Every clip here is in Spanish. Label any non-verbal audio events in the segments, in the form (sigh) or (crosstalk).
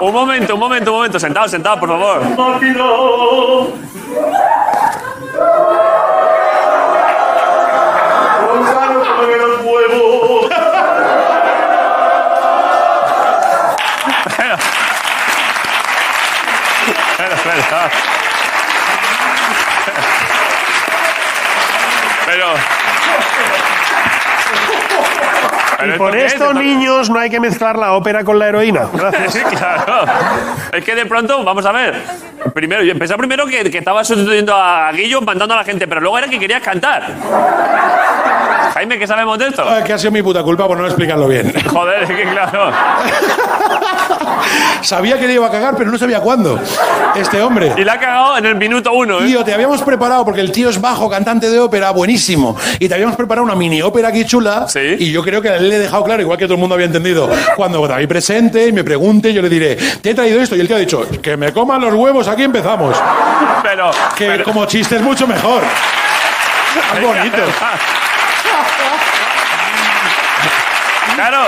Un momento, un momento, un momento. Sentado, sentado, por favor. Pero, pero. Pero. pero Y por qué es? esto, niños, no hay que mezclar la ópera con la heroína. Sí, claro. Es que de pronto, vamos a ver. Primero, yo pensaba primero que, que estaba sustituyendo a Guillo mandando a la gente, pero luego era que querías cantar. Jaime, ¿qué sabemos de esto? Ah, que ha sido mi puta culpa por no explicarlo bien. (laughs) Joder, es que claro. Sabía que le iba a cagar, pero no sabía cuándo. Este hombre. Y la ha cagado en el minuto uno, ¿eh? Tío, te habíamos preparado, porque el tío es bajo, cantante de ópera, buenísimo. Y te habíamos preparado una mini ópera aquí chula. Sí. Y yo creo que a él le he dejado claro, igual que todo el mundo había entendido. Cuando David presente y me pregunte, yo le diré, te he traído esto. Y el tío ha dicho, que me coman los huevos, aquí empezamos. Pero. Que pero- como chiste es (laughs) mucho mejor. Es bonito. Claro.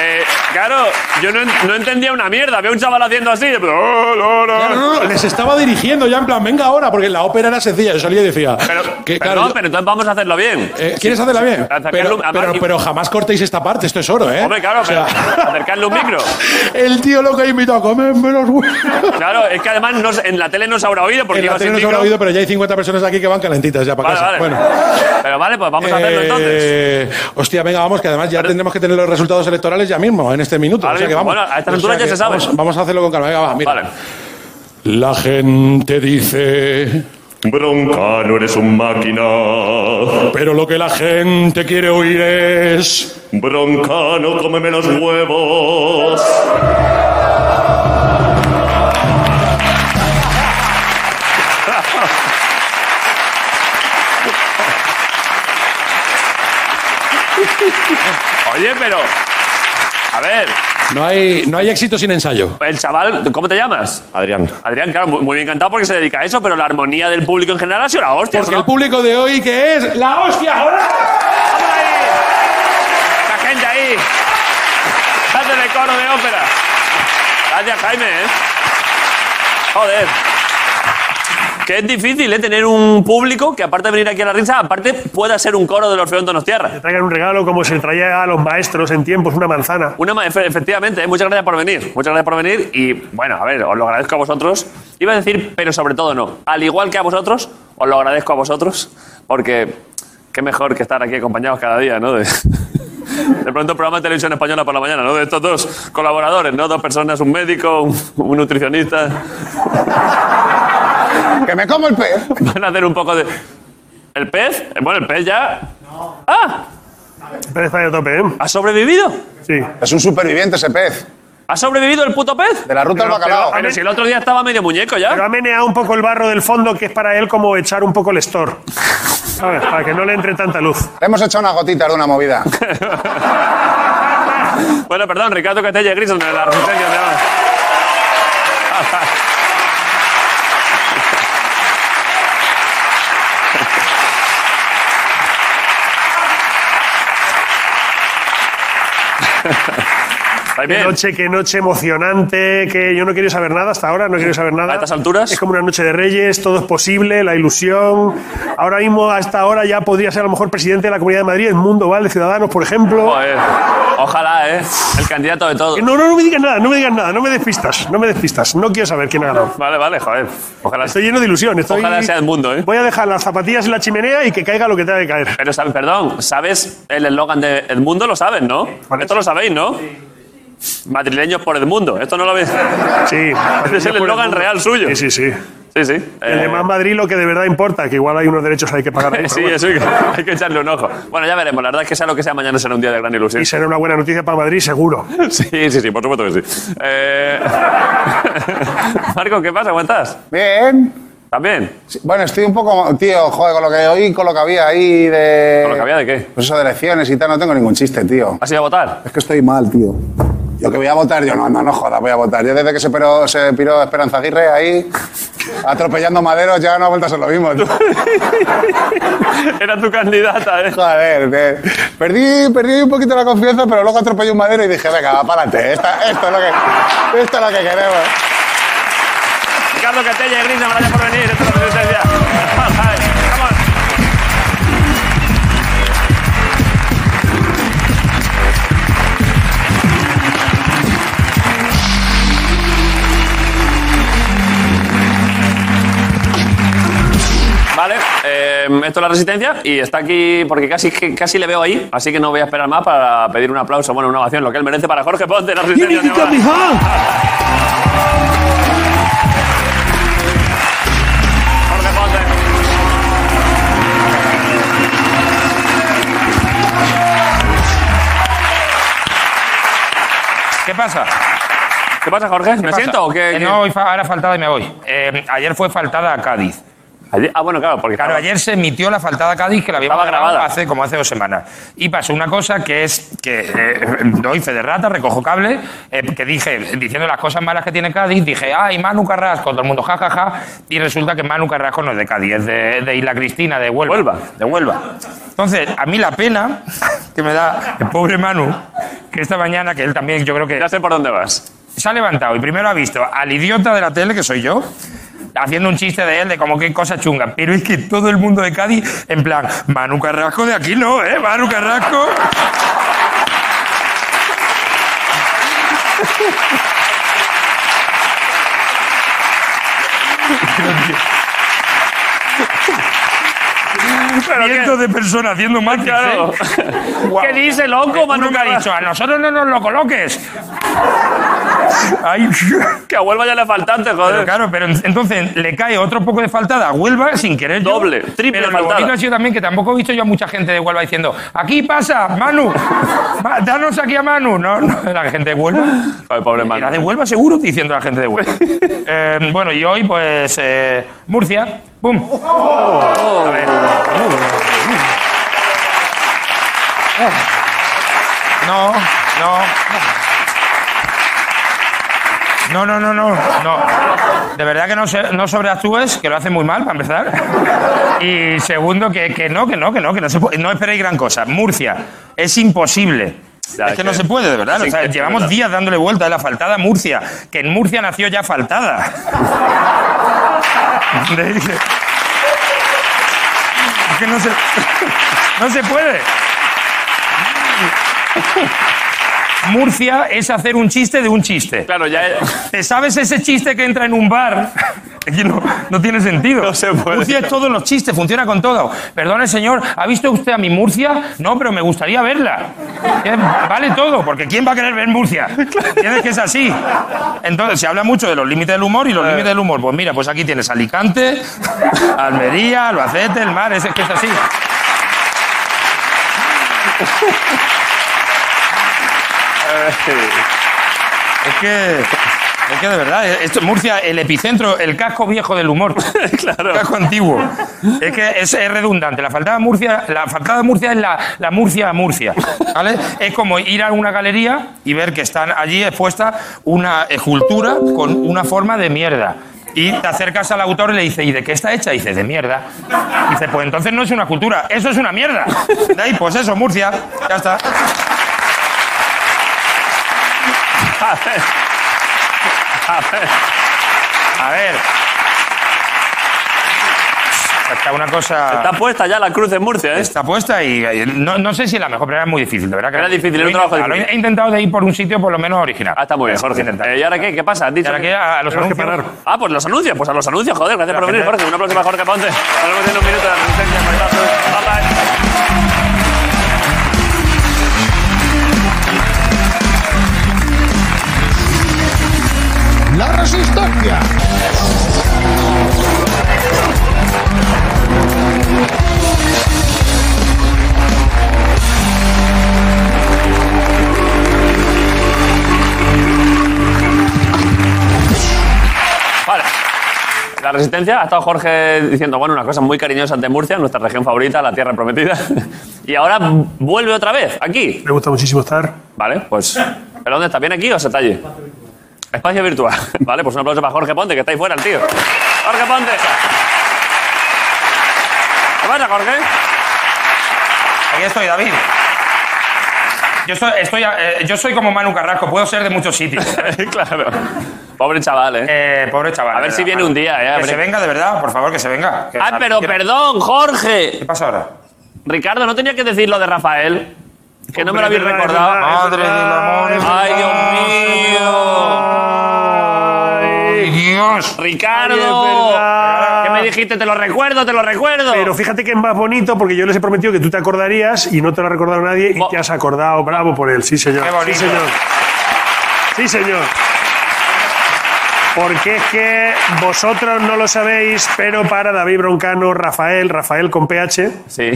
Eh, claro, yo no, en- no entendía una mierda. Veo un chaval haciendo así. de- ¡oh, Claro, no, no, les estaba dirigiendo ya en plan, venga ahora, porque la ópera era sencilla. Yo salía y decía, Pero, que, pero claro, no, yo- pero entonces vamos a hacerlo bien. eh, ¿quieres hacerla bien? Acercarlo- Pero, además, pero- y- pero jamás cortéis esta parte, esto es oro, ¿eh? Hombre, claro, O sea, pero acercarle un micro. (laughs) el tío lo que ha invitado a comerme los huevos. Claro, es que además no se- en la tele no se habrá oído porque En la iba tele sin no se micro. habrá oído, pero ya hay 50 personas aquí que van calentitas ya para Vale, casa. vale. Bueno. Pero vale, pues vamos a hacerlo Eh, entonces. hostia, venga, vamos, que además ya tendremos que tener los resultados electorales ya mismo, en este minuto. Ahora o sea que mismo. vamos. Bueno, a estas O sea alturas ya que se sabe. Vamos, vamos a hacerlo con calma. Venga, va, mira. Vale. La gente dice. Bronca, no eres un máquina. Pero lo que la gente quiere oír es. Bronca, no cómeme los huevos. Oye, pero. A ver, No hay, no hay éxito sin ensayo. el chaval, ¿cómo te llamas? Adrián. Adrián, claro, muy muy bien cantado porque se dedica a eso, pero la armonía del público en general ha sido la hostia. Porque ¿no? el público de hoy, que es? ¡La hostia! La gente ahí. Hace de coro de ópera. Gracias, Jaime, ¿eh? Joder. Que es difícil, ¿eh? Tener un público que, aparte de venir aquí a la risa, aparte pueda ser un coro de los Feón Tierra. Traigan un regalo como se le traía a los maestros en tiempos, una manzana. Una, ma- efe- efectivamente, ¿eh? muchas gracias por venir. Muchas gracias por venir y, bueno, a ver, os lo agradezco a vosotros. Iba a decir, pero sobre todo no. Al igual que a vosotros, os lo agradezco a vosotros porque qué mejor que estar aquí acompañados cada día, ¿no? De, (laughs) de pronto programa de televisión española por la mañana, ¿no? De estos dos colaboradores, ¿no? Dos personas, un médico, un, un nutricionista. (laughs) Que me como el pez. Van a hacer un poco de... ¿El pez? Eh, Bueno, el pez ya... ¡Ah! Pérez está de tope, ¿eh? ¿Ha sobrevivido? Sí. Es un superviviente ese pez. ¿Ha sobrevivido el puto pez? De la ruta al Pero- bacalao. Pero si el otro día estaba medio muñeco ya. Pero ha meneado un poco el barro del fondo, que es para él como echar un poco el store. ¿Sabes? Para que no le entre tanta luz. Le hemos echado unas gotitas de una (laughs) movida. Bueno, perdón, Ricardo Catella y Grison de la Resistencia. de (laughs) Madrid. ¿Estáis Qué bien? noche, qué noche emocionante, que yo no quiero saber nada hasta ahora, no quiero saber nada. ¿A estas alturas? Es como una noche de reyes, todo es posible, la ilusión. Ahora mismo, a esta hora, ya podría ser a lo mejor presidente de la Comunidad de Madrid, el Mundo Val de Ciudadanos, por ejemplo. Joder, Ojalá, ¿eh? El candidato de todo. Eh, No, no, no me digas nada, no me digas nada, no me despistas, no me despistas, no quiero saber quién ha ganado. Vale, vale, joder. Ojalá, Estoy lleno de ilusión, estoy... ojalá sea el mundo, ¿eh? Voy a dejar las zapatillas en la chimenea y que caiga lo que tenga que caer. Pero, ¿sabes? Perdón, ¿sabes el eslogan de El Mundo? Lo saben, ¿no? Esto lo sabéis, ¿no? Madrileños por el mundo. Esto no lo veis. Sí. Este es el eslogan real suyo. Sí, sí, sí. Sí, sí. El Eh, de Más Madrid lo que de verdad importa, que igual hay unos derechos hay que pagar ahí. Sí, pero bueno. eso hay que, (laughs) hay que echarle un ojo. Bueno, ya veremos. La verdad es que sea lo que sea, mañana será un día de gran ilusión. Y será una buena noticia para Madrid, seguro. (laughs) Sí, sí, sí, por supuesto que sí. Eh, (laughs) Marco, ¿qué pasa? ¿Aguantas? Bien. ¿También? Sí, Bueno, estoy un poco, tío, joder, con lo que oí, con lo que había ahí de... Eh. ¿Con lo que había de qué? Pues eso de elecciones y tal, no tengo ningún chiste, tío. ¿Has ido a votar? Es que estoy mal, tío. Yo que voy a votar, yo no, no, no jodas, voy a votar. Yo desde que se, pero, se piró Esperanza Aguirre ahí, atropellando maderos, ya no ha vuelto a ser lo (laughs) mismo. tío. Era tu candidata, ¿eh? Joder, tío. perdí, perdí un poquito la confianza, pero luego atropellé un madero y dije, venga, va, párate, esta, esto, es lo que, esto es lo que queremos. Ricardo Catella y Grisa, gracias por venir. Esto es la resistencia. Vale, vamos. Vale, eh, esto es la resistencia y está aquí porque casi, que- casi le veo ahí, así que no voy a esperar más para pedir un aplauso, bueno, una ovación, lo que él merece para Jorge Ponte, la resistencia. Navarra. Jorge Ponte. ¿Qué pasa? ¿Qué pasa, Jorge? ¿Me ¿Qué pasa? siento o qué? Eh, qué? no, hoy fa- ahora faltada y me voy. Eh, ayer fue faltada a Cádiz. Ayer- ah, bueno, claro, porque Claro, estaba- ayer se emitió la faltada a Cádiz que la habíamos Estaba grabado grabada. hace como hace dos semanas. Y pasó una cosa que es que eh, doy fe de rata, recojo cable, eh, que dije, diciendo las cosas malas que tiene Cádiz, dije, ay, Manu Carrasco, todo el mundo jajaja, y resulta que Manu Carrasco no es de Cádiz, es de, de Isla Cristina, de Huelva. Huelva. De Huelva. Entonces, a mí la pena (laughs) que me da el pobre Manu, que esta mañana, que él también, yo creo que ya sé por dónde vas. se ha levantado y primero ha visto al idiota de la tele, que soy yo, haciendo un chiste de él, de como qué cosa chunga. Pero es que todo el mundo de Cádiz, en plan, Manu Carrasco de aquí no, ¿eh? Manu Carrasco. Cientos de personas haciendo ¿eh? mal Claro. ¿Qué dice, loco, Manu Nunca ha Carrasco? dicho, a nosotros no nos lo coloques. Ay, Que a Huelva ya le faltante, Pero joder. claro, pero en- entonces le cae otro poco de faltada a Huelva sin querer. yo. Doble, triple Pero faltada. Lo bonito ha sido también que tampoco he visto yo a mucha gente de Huelva diciendo, aquí pasa, Manu, (laughs) Ma- danos aquí a Manu. No, no, la gente de Huelva. Ay, pobre Manu. Era de Huelva seguro diciendo la gente de (laughs) Huelva. Eh, bueno, y hoy pues eh, Murcia, ¡pum! Oh. A ver. No, no. No, no, no, no, no. De verdad que no, se- no sobreactúes, que lo hace muy mal, para empezar. Y segundo, que, que no, que no, que no, que no se puede- No esperéis gran cosa. Murcia, es imposible. Ya, es es que, no que- se puede, de verdad. es O sea, increíble, llevamos ¿verdad? días dándole vuelta a la faltada Murcia, que en Murcia nació (laughs) ya faltada. ¿Entendéis? Es que no se, no se puede. Murcia es hacer un chiste de un chiste. Claro, ya. ¿Te sabes ese chiste que entra en un bar? Aquí no, no tiene sentido. No se puede. Murcia es todos los chistes, funciona con todo. Perdone, señor, ¿ha visto usted a mi Murcia? No, pero me gustaría verla. Eh, Vale todo, porque ¿quién va a querer ver Murcia? Tienes que es así. Entonces, se habla mucho de los límites del humor y Eh. los límites del humor. Pues mira, pues aquí tienes Alicante, Almería, Albacete, el mar, es es que es así. Es que, es que de verdad, esto, Murcia, el epicentro, el casco viejo del humor. Claro. El casco antiguo. Es que es, es redundante. La faltada Murcia, la faltada Murcia es la, la Murcia a Murcia. ¿vale? Es como ir a una galería y ver que están allí expuesta una escultura con una forma de mierda. Y te acercas al autor y le dices, ¿y de qué está hecha? Y dice, de mierda. Y dice, pues entonces no es una cultura, eso es una mierda. De ahí, pues eso, Murcia, ya está. A ver. Está una cosa. Está puesta ya la cruz en Murcia, ¿eh? Está puesta y y no, no sé si es la mejor, pero era muy difícil, de verdad. que Era difícil, era un Lo he trabajo intentado, difícil. He intentado de ir por un sitio por lo menos original. Ah, está muy bien, Eso, Jorge. he intentado. Eh, ¿Y ahora qué? ¿Qué pasa? ¿Has Y dicho ahora que- que a, a los Tenemos que anuncios- parar. Ah, pues los anuncios, pues a los anuncios, joder, gracias por venir, gente- Jorge. Un aplauso para Jorge Ponte. Nos vemos en un minuto de la resistencia. Un abrazo. Bye, bye. La resistencia. Vale. La resistencia ha estado Jorge diciendo, bueno, una cosa muy cariñosa ante Murcia, nuestra región favorita, la tierra (laughs) prometida. Y ahora vuelve otra vez, aquí. Me gusta muchísimo estar. Vale, pues ¿Pero dónde está? ¿Bien aquí o se está allí? Espacio virtual. (laughs) Vale, pues un aplauso para Jorge Ponte, que está ahí fuera el tío. Jorge Ponte. ¿Qué pasa, Jorge? (laughs) Aquí estoy, David. Yo soy, estoy, eh, yo soy como Manu Carrasco, puedo ser de muchos sitios. (laughs) claro. Pobre chaval, ¿eh? Eh, pobre chaval. A ver de si verdad, viene Manu. un día, eh, a Que ver. se venga, de verdad, por favor, que se venga. Eh, Que- ¡Ay, Ah, pero ¿Qué- perdón, Jorge! ¿Qué pasa ahora? Ricardo, ¿no tenías que decir lo de Rafael? Que no me lo Hombre, habéis es verdad, es recordado. verdad. Madre del amor. ¡Ay, Dios Ay, Dios. mío! Ay, ¡Ricardo! es verdad. ¿Qué me dijiste? Te lo recuerdo, te lo recuerdo. Pero fíjate que es más bonito porque yo les he prometido que tú te acordarías y no te lo ha recordado nadie y Mo- te has acordado. Bravo por él. Sí, señor. Qué bonito. Sí, señor. Sí, señor. Porque es que vosotros no lo sabéis, pero para David Broncano, Rafael, Rafael con PH, Sí.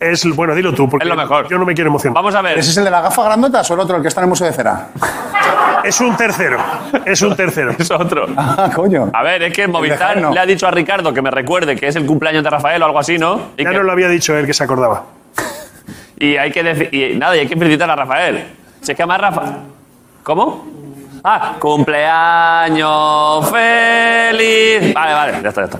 es. Bueno, dilo tú, porque Es lo mejor. yo no me quiero emocionar. Vamos a ver. ¿Ese es el de la gafa grandota o el otro, el que está en el Museo de Cera? (laughs) Es un tercero. (laughs) Es un tercero. (laughs) Es otro. Ah, coño. A ver, es que Movistar lejano. le ha dicho a Ricardo que me recuerde que es el cumpleaños de Rafael o algo así, ¿no? Y, Ya que- nos lo había dicho él que se acordaba. y hay que deci- y nada, y hay que felicitar a Rafael. Si es que además Rafa. ¿Cómo? Ah, cumpleaños feliz. Vale, vale, ya está, ya está.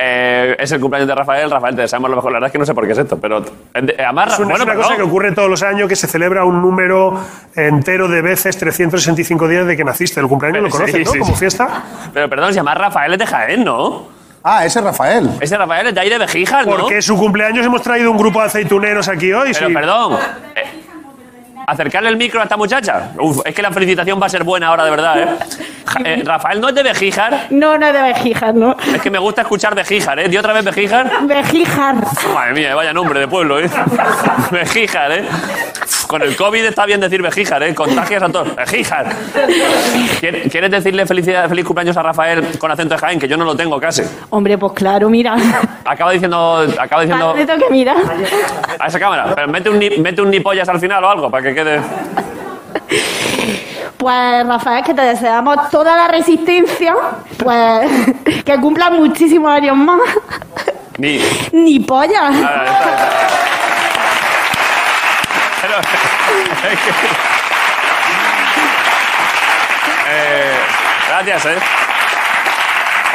Eh, es el cumpleaños de Rafael, Rafael, te deseamos lo mejor. La verdad es que no sé por qué es esto, pero en- además, Es una, bueno, es una pero cosa que no. ocurre todos los años, que se celebra un número entero de veces, 365 días de que naciste. El cumpleaños lo Sí, conoces, ¿no? sí, Como sí. fiesta. pero perdón, si además Rafael es de Jaén, ¿no? Ah, ese es Rafael. Ese Rafael es de ahí de Vejijas, ¿no? Porque es su cumpleaños hemos traído un grupo de aceituneros aquí hoy. Pero sí. perdón. eh, acercarle el micro a esta muchacha. Uf, es que la felicitación va a ser buena ahora, de verdad, ¿eh? Ja- eh, Rafael no es de Bejíjar. No, no de vejijas, no. Es que me gusta escuchar Bejíjar, ¿eh? ¿Di otra vez Bejíjar? Vejijar. Madre mía, vaya nombre de pueblo, ¿eh? (laughs) Bejíjar, ¿eh? Con el COVID está bien decir Bejíjar, ¿eh? Contagias a todos. Bejíjar. ¿Quier- ¿Quieres decirle felicidad, feliz cumpleaños a Rafael con acento de Jaén? Que yo no lo tengo casi. Hombre, pues claro, mira. Acaba diciendo... Acaba diciendo... Tanto que mira. A esa cámara. Pero mete un, ni- mete un ni pollas al final o algo para que quede... Pues Rafael, que te deseamos toda la resistencia. Pues que cumpla muchísimos años más. Ni... Ni polla. Ahora, ya está, ya está. Pero, es que- Eh, gracias, eh.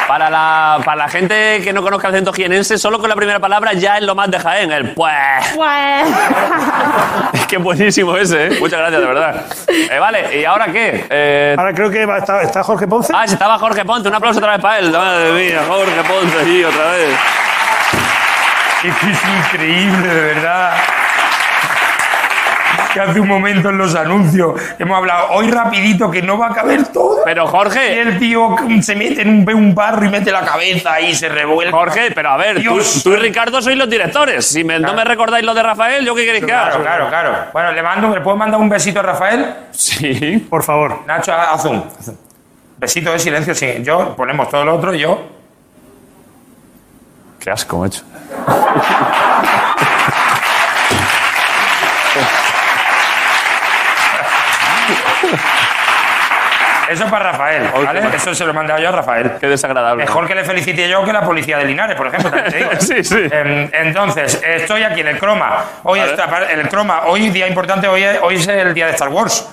Para la, para la gente que no conozca el acento jienense, solo con la primera palabra ya es lo más de Jaén, el pues. Pues. Es que buenísimo ese, ¿eh? Muchas gracias, de verdad. Eh, vale, ¿y ahora qué? Eh, Ahora creo que va- está, está Jorge Ponce. ah, si estaba Jorge Ponte, un aplauso otra vez para él. Madre mía, Jorge Ponte allí otra vez. Es que es increíble, de verdad. Que hace un momento en los anuncios hemos hablado hoy rapidito que no va a caber todo. Pero Y Jorge, el tío se mete en un, ve un barro y mete la cabeza y se revuelve. Jorge, pero a ver, tú, Dios. tú y Ricardo sois los directores. Si me- no me recordáis lo de Rafael, ¿yo qué queréis que haga? Claro, claro, claro. Bueno, le mando, ¿le puedo mandar un besito a Rafael? Sí. Por favor. Nacho, haz haz un. haz un. Besito de silencio, sí. Yo, ponemos todo lo otro, yo. Qué asco, macho. Eso para Rafael, ¿vale? Eso se lo he mandado yo a Rafael. Qué desagradable. Mejor que le felicite yo que la policía de Linares, por ejemplo. también (laughs) te digo. Sí, sí. Em, entonces, estoy aquí en el croma. Hoy Vale. está- el croma, hoy día importante, hoy es, hoy es el día de Star Wars.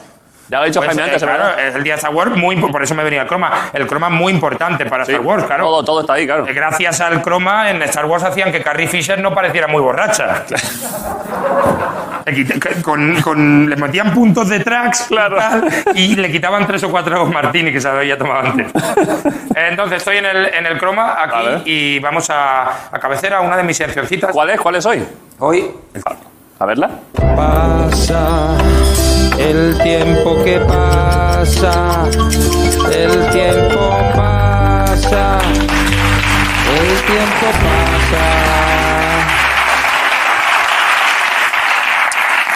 Ya lo he dicho Hoy es, Jaime eh, antes, claro, ¿verdad? es el día de Star Wars, muy, impo- por eso me venía el croma. El croma es muy importante para Sí. Star Wars, claro. Todo, todo está ahí, claro. Eh, Gracias al croma, en Star Wars hacían que Carrie Fisher no pareciera muy borracha. Le quit- con- con- le metían puntos de tracks y, tal, y le quitaban tres o cuatro martini que se había tomado antes. Entonces estoy en el, en el croma aquí Vale. y vamos a, a cabecera una de mis seccioncitas. ¿Cuál es? ¿Cuál es hoy? Hoy A verla. pasa, el tiempo que pasa, el tiempo pasa, el tiempo pasa.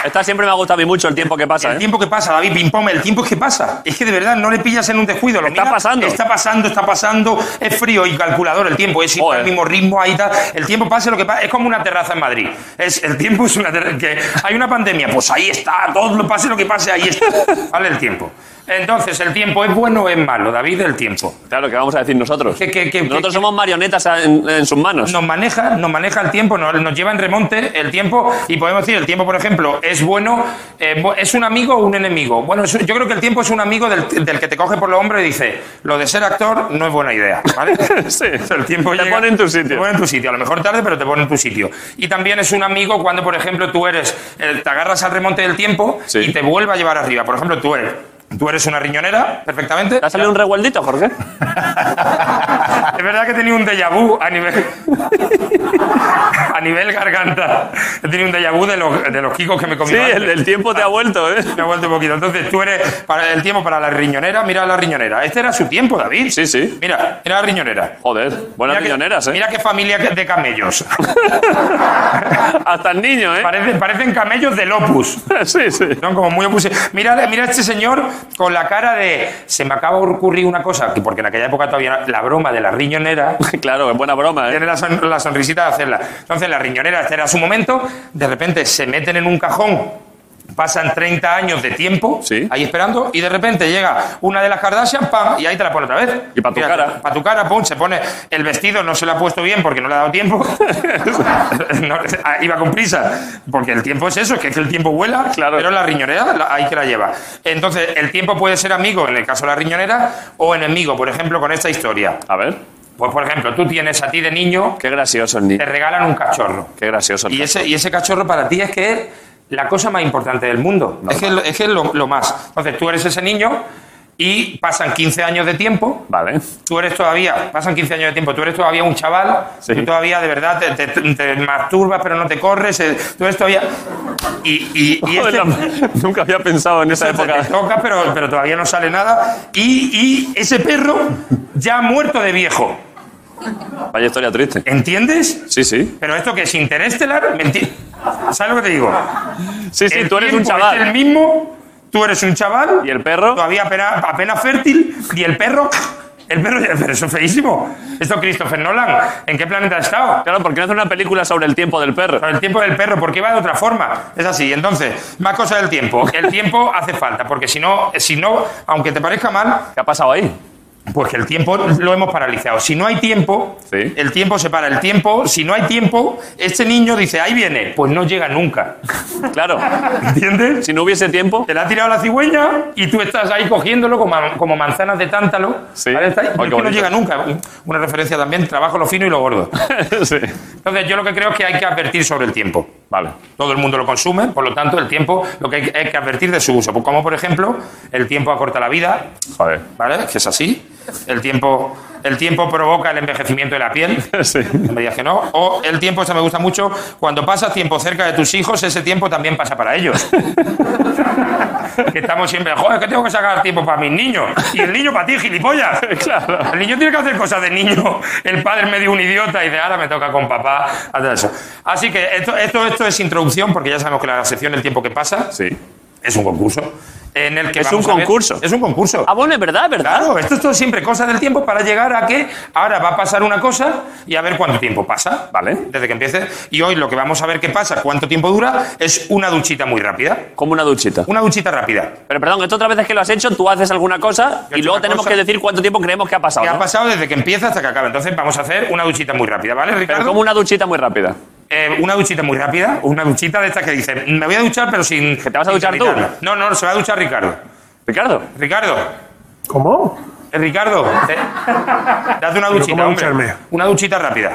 Esta siempre me ha gustado a mí mucho el tiempo que pasa, El ¿eh? tiempo que pasa, David Pimpom, el tiempo que pasa. Es que de verdad no le pillas en un descuido. Lo Está miras, pasando. Está pasando, está pasando. Es frío y calculador el tiempo. Es siempre Joder. el mismo ritmo ahí tal. El tiempo pasa lo que pasa. Es como una terraza en Madrid. Es, el (laughs) tiempo es una terraza. Que hay una pandemia, pues ahí está. Todo lo pase lo que pase, ahí está. Vale el tiempo. Entonces, ¿el tiempo es bueno o es malo, David? El tiempo. Claro, ¿qué vamos a decir nosotros? Que- que- que- nosotros que- somos marionetas en, en sus manos. Nos maneja, nos maneja el tiempo, nos, nos lleva en remonte el tiempo y podemos decir, el tiempo, por ejemplo, es bueno, eh, bu- es un amigo o un enemigo. Bueno, es- yo creo que el tiempo es un amigo del, del que te coge por los hombros y dice, lo de ser actor no es buena idea, ¿vale? (laughs) Sí. O sea, el tiempo Te llega- pone en tu sitio. Te pone en tu sitio, a lo mejor tarde, pero te pone en tu sitio. Y también es un amigo cuando, por ejemplo, tú eres, eh, te agarras al remonte del tiempo Sí. y te vuelve a llevar arriba. Por ejemplo, tú eres, tú eres una riñonera, perfectamente. ¿Te ha salido un regualdito, Jorge? Es verdad que he tenido un déjà vu a nivel. (laughs) a nivel garganta. He tenido un déjà vu de los, de los kikos que me comí. Sí, el, el tiempo te ha vuelto, ¿eh? Me ha vuelto un poquito. Entonces tú eres. Para el tiempo para la riñonera, mira la riñonera. Este era su tiempo, David. Sí, sí. Mira, mira la riñonera. Joder, buenas Mira qué- riñoneras, ¿eh? Mira qué familia de camellos. Hasta el niño, ¿eh? Parecen, parecen camellos del Opus. (laughs) Sí, sí. Son como muy opus. Mira, mira a este señor con la cara de. Se me acaba de ocurrir una cosa, que porque en aquella época todavía era la broma de la riñonera. Claro, es buena broma, ¿eh? Tiene la, son- la sonrisita de hacerla. Entonces, la riñonera, este era su momento. De repente se meten en un cajón, pasan 30 años de tiempo Sí. ahí esperando, y de repente llega una de las Kardashian, ¡pam! y ahí te la pone otra vez. Y pa' tu cara. Para tu cara, pum, se pone el vestido, no se lo ha puesto bien porque no le ha (laughs) dado tiempo. No, ah, iba con prisa, porque el tiempo es eso, que es que el tiempo vuela, Claro. pero la riñonera la- ahí que la lleva. Entonces, el tiempo puede ser amigo, en el caso de la riñonera, o enemigo, por ejemplo, con esta historia. A ver, Pues, por ejemplo, tú tienes a ti de niño, qué gracioso el te niño. regalan un cachorro. Qué gracioso. el Y ese, y ese cachorro para ti es que es la cosa más importante del mundo. Es que, es lo- es que es lo, lo más. Entonces, tú eres ese niño y pasan 15 años de tiempo. Vale. Tú eres todavía, pasan 15 años de tiempo, tú eres todavía un chaval, Sí. tú todavía de verdad te, te- te masturbas pero no te corres, eh, tú eres todavía... Y, y, y este- (laughs) Nunca había pensado en esa te- te (laughs) época. toca, pero, pero todavía no sale nada. Y, y ese perro ya ha muerto de viejo, Vaya historia triste. ¿entiendes? Sí, sí. Pero esto que es interestelar, mentira. ¿Sabes lo que te digo? Sí, sí, El tú eres un tiempo Es el chaval. mismo, tú eres un chaval, ¿Y el perro? todavía apenas, apenas fértil, y el perro. El perro, (laughs) pero eso es feísimo. Esto Christopher Nolan, ¿en qué planeta ha estado? Claro, ¿por qué no hace una película sobre el tiempo del perro? Pero el tiempo del perro, porque va de otra forma. Es así. Entonces, más cosas del tiempo. El tiempo hace falta, porque si no, si no, aunque te parezca mal, ¿Qué ha pasado ahí? pues que el tiempo lo hemos paralizado. Si no hay tiempo, Sí. el tiempo se para. El tiempo, si no hay tiempo, este niño dice, ahí viene, pues no llega nunca. Claro. ¿Entiendes? Si no hubiese tiempo. (laughs) Te la ha tirado la cigüeña y tú estás ahí cogiéndolo como, como manzanas de tántalo. Sí. Ahí está. Ay, qué Porque no bonito. llega nunca. Un- Una referencia también, trabajo lo fino y lo gordo. sí. Entonces, yo lo que creo es que hay que advertir sobre el tiempo. Vale. Todo el mundo lo consume, por lo tanto, el tiempo lo que hay hay que advertir de su uso. Pues Como, por ejemplo, el tiempo acorta la vida, Joder. ¿vale? Que es así. El tiempo, el tiempo provoca el envejecimiento de la piel. (laughs) Sí. No me digas que no. O el tiempo, esto me gusta mucho, cuando pasas tiempo cerca de tus hijos, ese tiempo también pasa para (laughs) ellos. que estamos siempre, joder, que tengo que sacar tiempo para mis niños. Y el niño para ti, gilipollas. Claro. (laughs) El niño tiene que hacer cosas de niño. El padre medio un idiota y dice, ahora me toca con papá. hacer eso. Así que esto, esto, esto es introducción, porque ya sabemos que la sección El tiempo que pasa Sí. es un concurso. En el que Es un vamos a ver- concurso. Es un concurso. Ah, bueno, es verdad, es verdad. Claro, esto es todo siempre cosa del tiempo para llegar a que ahora va a pasar una cosa y a ver cuánto tiempo pasa. Vale. Desde que empiece. Y hoy lo que vamos a ver qué pasa, cuánto tiempo dura, es una duchita muy rápida. Como una duchita. Una duchita rápida. Pero perdón, esto otras veces que lo has hecho, tú haces alguna cosa Yo he y hecho luego una tenemos cosa. que decir cuánto tiempo creemos que ha pasado. Que ha ¿no? pasado desde que empieza hasta que acaba. Entonces vamos a hacer una duchita muy rápida, ¿vale, Ricardo? Pero como una duchita muy rápida. Eh, una duchita muy rápida, una duchita de estas que dice, me voy a duchar pero sin... ¿Que te vas a sin duchar tú? calentarme". No, no, se va a duchar Ricardo. Ricardo, Ricardo, ¿Cómo? eh, Ricardo, te- date una duchita, ¿cómo hombre. ducharme? Una duchita rápida.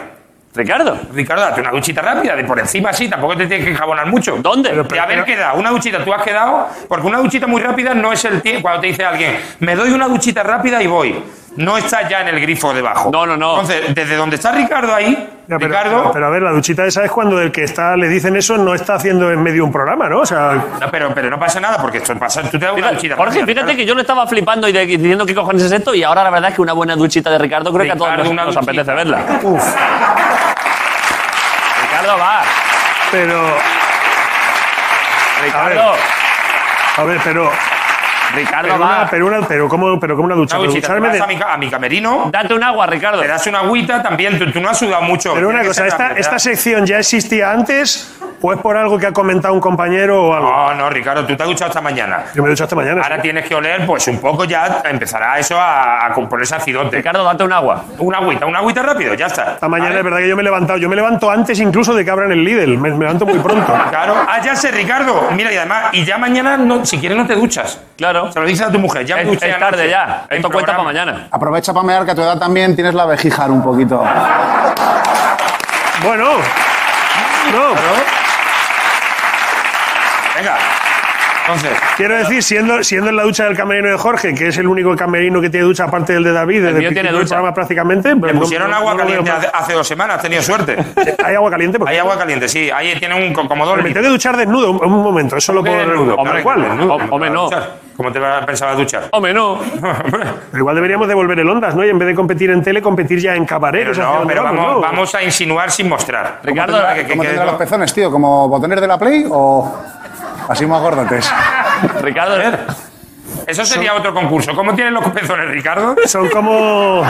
Ricardo, Ricardo, date una duchita rápida, de por encima sí, tampoco te tienes que enjabonar mucho. ¿Dónde? Pero, de haber quedado, una duchita, tú has quedado, porque una duchita muy rápida no es el tiempo, cuando te dice alguien, me doy una duchita rápida y voy. No está ya en el grifo debajo. No, no, no. Entonces, desde donde está Ricardo ahí, Ya, pero, Ricardo... pero a ver, la duchita esa es cuando el que está le dicen eso no está haciendo en medio un programa, ¿no? O sea, No, pero, pero no pasa nada, porque esto pasa, tú te das una duchita. Fíjate- Jorge, fíjate que yo lo estaba flipando y de- diciendo qué cojones es esto y ahora la verdad es que una buena duchita de Ricardo creo que a Ricardo, todos una nos, nos duchita. apetece verla. Ricardo, va. pero. Ricardo, A ver, pero. Ricardo, Pero una, va. pero una, pero cómo, pero cómo una ducha. Una Pero duchita, tú ducharme vas de- a, mi, ca- a mi camerino, Date un agua, Ricardo. te das una agüita también, tú, tú no has sudado mucho. Pero una Tiene que cosa, ser esta, rápido, esta ¿verdad? sección ya existía antes ¿O es por algo que ha comentado un compañero o algo? No, no, Ricardo, tú te has duchado esta mañana. Yo me he dicho esta mañana. Ahora tienes que oler, pues un poco ya empezará eso a, a componerse acidote. Ricardo, date un agua. Una agüita, una agüita rápido, ya está. Esta mañana ¿Vale? es verdad que yo me he levantado. Yo me levanto antes incluso de que abran el Lidl. Me, me levanto muy (laughs) pronto. Claro. Ah, ya sé, Ricardo. Mira, y además, y ya mañana, no, si quieres, no te duchas. Claro. Se lo dices a tu mujer, ya me Es, duché es anoche. tarde ya. En Esto cuenta para programa. mañana. Aprovecha para mear que a tu edad también tienes la vejijar un poquito. bueno. No, Venga. Entonces, quiero decir, siendo, siendo en la ducha del camerino de Jorge, que es el único camerino que tiene ducha aparte del de David, desde mío tiene principio del ducha. programa prácticamente. te pero no- pusieron no- agua no lo veo caliente mal. hace, hace dos semanas, has tenido suerte. Hay agua caliente, porque Hay agua caliente, sí. Ahí tiene un co- como Pero doble. me tengo que duchar desnudo un, un momento, eso lo puedo Desnudo, Hombre, claro, ¿cuál? desnudo, Hom- Hombre, no. ¿Cómo te vas a pensar a duchar? Hombre, no. (laughs) Pero igual deberíamos devolver el Ondas, ¿no? Y en vez de competir en tele, competir ya en cabaret. Pero o sea, no, hacia pero dónde vamos, ¿no? vamos a insinuar sin mostrar. Ricardo, Para que- que ¿Cómo quede tendrás los todo- pezones, tío? ¿Como botones de la Play o así más gordotes? Ricardo, Eso sería otro concurso. ¿Cómo tienen los pezones, (laughs) Ricardo? Son como...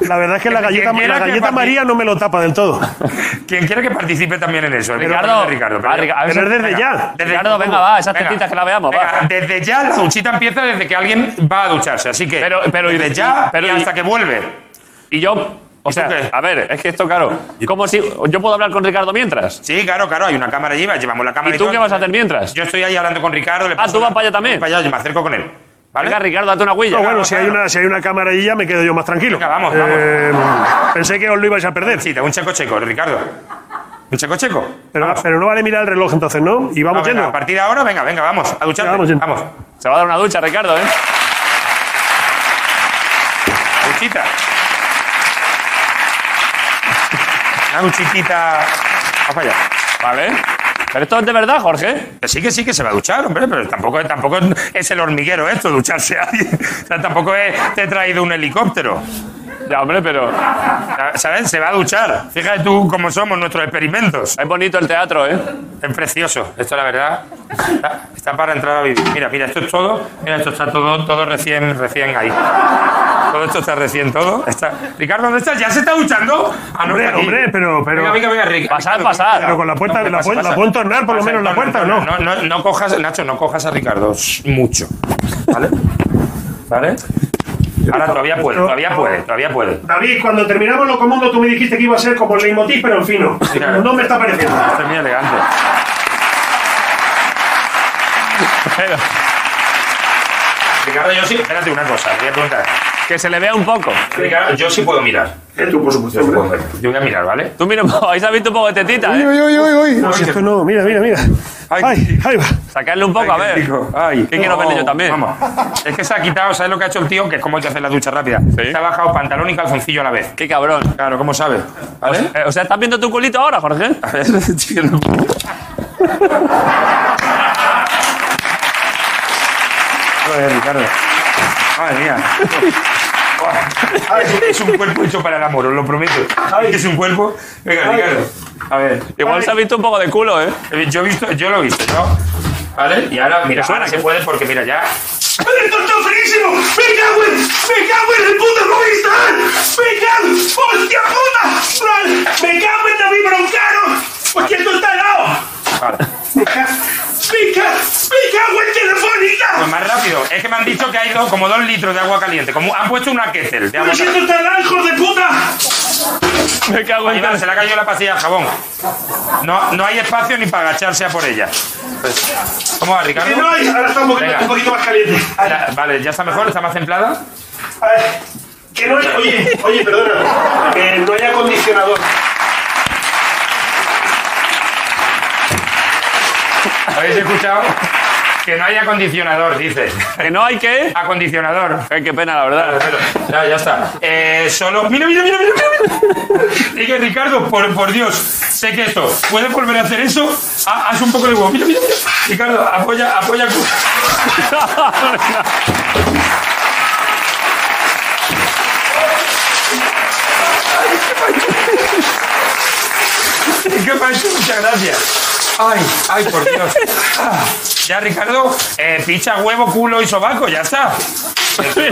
La verdad es que (laughs) la Que galleta, la quiera que galleta partí- María no me lo tapa del (laughs) todo. Quien quiere que participe también en eso. Ricardo. Ricardo. Va, Rica- a ver Pero si- es desde ya. Ricardo, venga, va, esas Venga. tetitas que la veamos, Venga, va. Desde ya la duchita empieza desde que alguien va a ducharse, así que. Pero- pero y- desde ya y- pero y y- hasta que vuelve. Y yo. O ¿Y tú sea, qué? a ver, es que esto, claro. ¿Cómo si yo puedo hablar con Ricardo mientras? Sí, claro, claro, hay una cámara allí, va, llevamos la cámara. ¿Y tú todo. qué vas a hacer mientras? Yo estoy ahí hablando con Ricardo. le Ah, paso tú la- vas para allá también. Para allá, yo me acerco con él. ¿Vale? Venga, Ricardo, date una huella. No, bueno, vamos, si hay, claro. una, si hay una cámara ahí ya me quedo yo más tranquilo. Eh, Venga, vamos, vamos. pensé que os lo ibais a perder. Sí, te- un checo checo, Ricardo. Un checo checo. Pero, pero no vale mirar el reloj entonces, ¿no? Y vamos No, venga, yendo. a partir de ahora, venga, venga, vamos, a ducharte. Venga, vamos yendo. vamos. Se va a dar una ducha, Ricardo, ¿eh? Duchita. Una duchitita. Vamos para allá. Vale. Pero esto es de verdad, Jorge. Que sí, que sí, que se va a duchar, hombre, pero tampoco, tampoco es el hormiguero esto, ducharse ahí. O sea, tampoco es, te he traído un helicóptero. Ya, hombre, pero. ¿Sabes? Se va a duchar. Fíjate tú cómo somos nuestros experimentos. Es bonito el teatro, ¿eh? Es precioso. Esto, la verdad, está, está para entrar a vivir. Mira, mira, esto es todo. Mira, esto está todo, todo recién, recién ahí. Todo esto está recién todo. Está... Ricardo, ¿dónde estás? ¿Ya se está duchando? Ah, no, Hombre, está aquí. hombre, pero- pero- Venga, venga, venga, Ric- Pasad, Ricardo, pasad. cuidado. Pero con la puerta, la, pasa, puerta- la pasa. puedo entornar por lo Pasa, menos la entorna, puerta, ¿o no? entorna. No, no, no cojas, Nacho, no cojas a Ricardo s- mucho. ¿Vale? ¿Vale? Ahora todavía puede, todavía puede, todavía puede. David, cuando terminamos lo comundo tú me dijiste que iba a ser como el leitmotiv, pero en fino. claro. No me está pareciendo. Esto es muy elegante. Ricardo, yo sí. Espérate una cosa, te voy a preguntar. Que se le vea un poco. Ricardo, yo sí puedo mirar. tú, por supuesto. Yo voy a mirar, ¿vale? Tú mira, (laughs) habéis visto un poco de tetita, Uy, ¿eh? uy, uy, uy, uy. No, si esto no, mira, mira, mira. Ay. Ay, ahí va. Sacarle un poco, a ver. Ay, ¿Qué quiero verle yo también? Vamos. Es que se ha quitado, ¿sabes lo que ha hecho el tío? Que es como hay que hacer la ducha rápida. Se ha bajado pantalón y calzoncillo a la vez. Qué cabrón. Claro, ¿cómo sabe? ¿Vale? Eh, o sea, ¿estás viendo tu culito ahora, Jorge? A ver, (laughs) estoy viendo. Joder, Ricardo. Madre mía. Ay, es un cuerpo hecho para el amor, os lo prometo. Es un cuerpo. Venga, Ricardo. A ver. Igual se ha visto un poco de culo, ¿eh? Eh, Yo, he visto, yo lo he visto, ¿no? ¿Vale? Y ahora, mira, suena que puede porque, mira, ya. ¡Esto está buenísimo! ¡Me cago en, me cago en el puto Movistar! ¡Me cago! ¡Hostia puta! Fran, ¡Me cago en David Broncano! ¡Porque esto está helado! Vale. ¡Me cago, me cago, me cago en Pues Telefónica! más rápido. Es que me han dicho que hay dos- como dos litros de agua caliente. Como han puesto una kettle de agua ¡Pero si caliente. esto está helado, hijos de puta! Me cago Ahí en va, Dios. se le ha caído la pastilla de jabón. No, no hay espacio ni para agacharse a por ella. Pues, ¿Cómo va, ¡Que Ricardo? no hay! Ahora está un poquito, Venga. un poquito más caliente. Ay, La- vale, ya está mejor, está más templada. ay, ¡Que no hay! Oye, oye, perdona. Que no hay acondicionador. ¿Habéis escuchado? Que no hay acondicionador, dice. Que no hay que. Acondicionador. Ay, qué pena, la verdad. Ya, ya está. Eh, solo. Mira, mira, mira, mira, mira, mira. Dije, Ricardo, por, por Dios, sé que esto. ¿Puedes volver a hacer eso? Ha- haz un poco de huevo. Mira, mira, mira. Ricardo, apoya, apoya. cu- Ay, ¿Qué pasa? Muchas gracias. Ay, ay, por Dios. Ah, Ya, Ricardo, eh, picha huevo, culo y sobaco, ya está.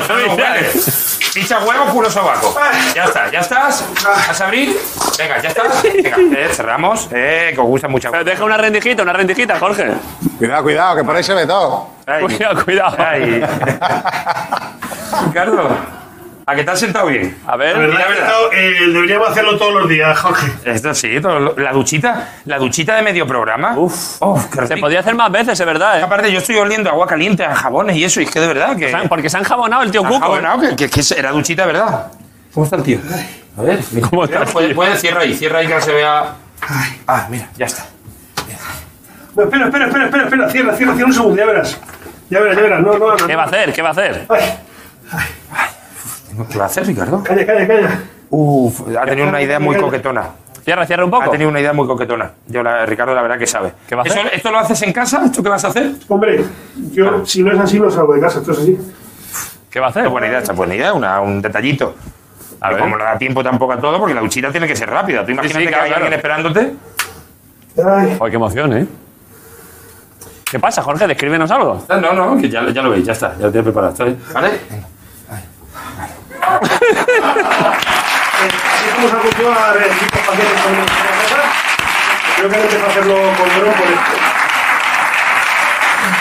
No, vale. Picha huevo, culo, sobaco. Ya está, ya estás. ¿Vas a abrir? Venga, ya estás. Venga, eh, cerramos. Eh, que os gusta mucho. Pero deja una rendijita, una rendijita, Jorge. Cuidado, cuidado, que por ahí se ve todo. Ay. Cuidado, cuidado. (laughs) Ay. Ricardo, ¿a que te has sentado bien? A La ver. verdad, la que verdad. esto, eh, deberíamos hacerlo todos los días, Jorge. Esto sí, todo lo- la duchita, la duchita de medio programa. Uf. Uf, qué Se rico. podía hacer más veces, es verdad, ¿eh? Aparte, yo estoy oliendo agua caliente, a jabones y eso, y es que de verdad que. Porque se han jabonado el tío Ah, Pues Cuco. ¿eh? bueno, que, que- que era duchita, ¿verdad? ¿Cómo está el tío? A ver, ¿Cómo está el tío? Puede, puede, cierra ahí, cierra ahí que no se vea. Ah, mira, ya está. No, espera, espera, espera, espera, espera, cierra, cierra, cierra un segundo, ya verás. Ya verás, ya verás, no, no, no. ¿Qué va a hacer? ¿Qué va a hacer? Ay, ¿Qué va a hacer, Ricardo? calla, calla, calla. Uf, ha tenido una idea muy coquetona. Cierra, cierra un Ha poco. tenido una idea muy coquetona. Yo, la- Ricardo, la verdad que sabe. ¿Qué va a hacer? Eso- ¿Esto lo haces en casa? ¿Esto qué vas a hacer? Hombre, yo si no es así no salgo de casa, esto es así. ¿Qué va a hacer? Buena idea, esta buena idea, una- un detallito. A Y ver. Como no da tiempo tampoco a todo, porque la duchita tiene que ser rápida. Tú imagínate sí, que claro, hay claro. alguien esperándote. Ay, Ay, qué emoción, ¿eh? ¿Qué pasa, Jorge? Descríbenos algo. Ah, No, no, que ya, ya lo veis, ya está, ya lo tienes preparado. ¿está bien? ¿Vale? así vamos a continuar eh, aquí con pacientes con casa. Creo que hay que hacerlo con brócolis.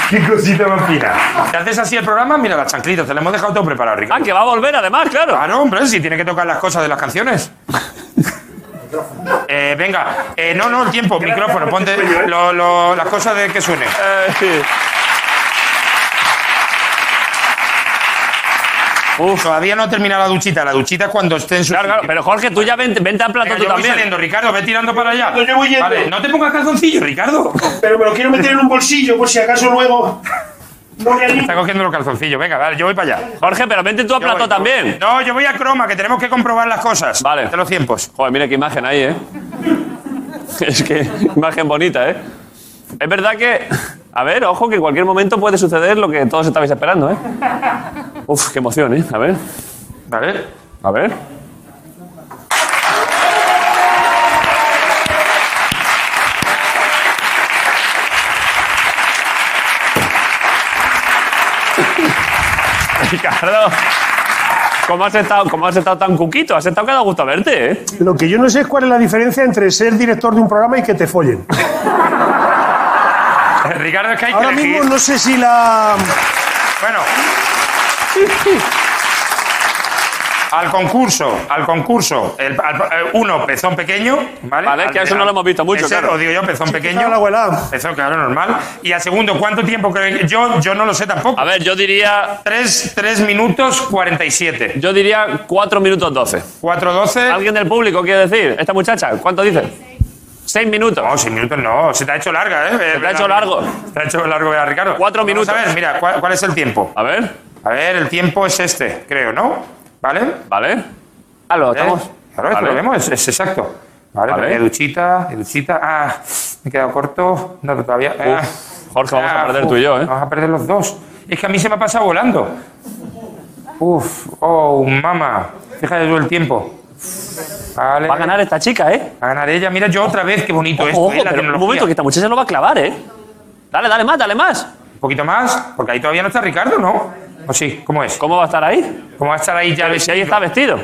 ¿Qué cosita más fina? Te haces así el programa, mira las chanclitas, te las hemos dejado todo preparado, Ah, Ricardo. que va a volver, además, claro. Claro, hombre, si tiene que tocar las cosas de las canciones. Eh, venga, eh, no, no, el tiempo, micrófono, ponte lo- lo- las cosas de que suene. Eh, Todavía no ha terminado la duchita, la duchita es cuando esté en su. claro, claro. Pero Jorge, tú ya vente, vente al plato Venga, tú yo voy también. saliendo, Ricardo, ve tirando para allá. Yo voy yendo. Vale, no te pongas calzoncillo, Ricardo. Pero me lo quiero meter en un bolsillo por si acaso luego no me animo. Está cogiendo los calzoncillos, venga, vale, yo voy para allá. Jorge, pero vente tú al Yo voy, plato yo voy. también. No, yo voy a croma, que tenemos que comprobar las cosas. Vale. De los tiempos. Joder, mira qué imagen ahí, ¿eh? (laughs) Es que imagen bonita, ¿eh? Es verdad que... A ver, ojo, que en cualquier momento puede suceder lo que todos estabais esperando, ¿eh? Uf, qué emoción, ¿eh? A ver, Vale. (laughs) a ver. (laughs) Ricardo, ¿cómo has, estado, ¿cómo has estado tan cuquito? Has estado que da gusto verte, ¿eh? Lo que yo no sé es cuál es la diferencia entre ser director de un programa y que te follen. Ricardo, es que hay que Ahora elegir. mismo no sé si la. Bueno. Al concurso, al concurso. El- al- eh, uno, pezón pequeño, ¿vale? Vale, Al- que eso no lo hemos visto mucho, ese claro. lo digo yo, pezón pequeño. la abuela. Pezón, claro, normal. Y al segundo, ¿cuánto tiempo creo que- Yo, yo no lo sé tampoco. A ver, yo diría, 3, minutos 47. yo diría 4 minutos 12. 4, 12. ¿Alguien del público quiere decir? ¿Esta muchacha? ¿Cuánto dice? 6 minutos. No, 6 Oh, minutos no. Se te ha hecho larga, ¿eh? Se te ha hecho largo. Se te ha hecho largo, ¿verdad, Ricardo. Cuatro Vamos minutos. A ver, mira, ¿cuál, cuál es el tiempo? A ver, A ver, el tiempo es este, creo, ¿no? ¿Vale? ¿vale? Ah, lo estamos. ¿Eh? Claro, esto Vale. lo vemos, es, es exacto. Vale, Vale. eh, duchita, eh, duchita. Ah, me he quedado corto. No, todavía. ah. Jorge, vamos a Ah, perder uf, tú y yo, ¿eh? Vamos a perder los dos. Es que a mí se me ha pasado volando. Uf, oh, mamá. Fíjate tú el tiempo. Vale. Va a ganar esta chica, ¿eh? Va a ganar ella. Mira yo otra vez, qué bonito esto. Ojo, eh, la pero un tecnología. momento, que esta muchacha lo va a clavar, ¿eh? Dale, dale más, dale más. Un poquito más, porque ahí todavía no está Ricardo, ¿no? ¿O sí? ¿Cómo es? ¿Cómo va a estar ahí? ¿Cómo va a estar ahí ya? Si ahí está vestido.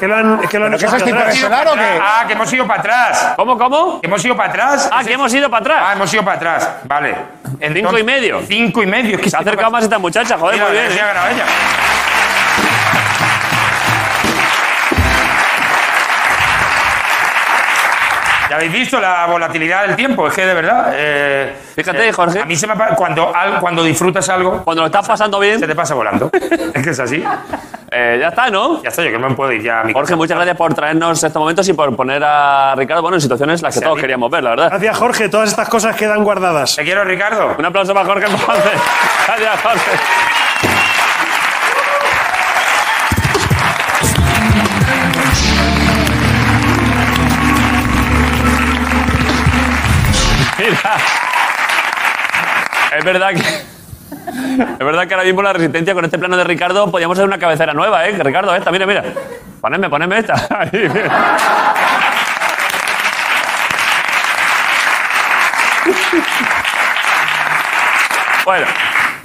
Que lo han, que lo han ¿Pero qué es hecho este atrás. impresionante o qué? Ah, que hemos ido para atrás. ¿Cómo, cómo? Que hemos ido para atrás. Ah, que hemos ido para Ah, atrás. hemos ido para atrás. Vale. Entonces- Cinco y medio. Cinco y medio. Es que Se ha acercado más esta muchacha, joder, Mira, muy bien. sí ha ¿eh? ganado ella. Ya habéis visto la volatilidad del tiempo, es que de verdad. eh, Fíjate, eh, Jorge. A mí se me pa- cuando, al- cuando disfrutas algo, Cuando lo estás pasando se bien, te pasa (laughs) volando. es que es así. eh, ya está, ¿no? Ya está, yo que me puedo ir ya a mi Jorge, muchas gracias por traernos estos momentos y por poner a Ricardo bueno, en situaciones en las que todos queríamos ver, la verdad. Gracias, Jorge. Todas estas cosas quedan guardadas. Te quiero, Ricardo. Un aplauso para Jorge Ponce. Gracias, Jorge. Mira. Es verdad que. Es verdad que ahora mismo la resistencia con este plano de Ricardo podíamos hacer una cabecera nueva, ¿eh? Ricardo, esta, mira, mira. Poneme, poneme esta. (laughs) Ahí, mira. Bueno,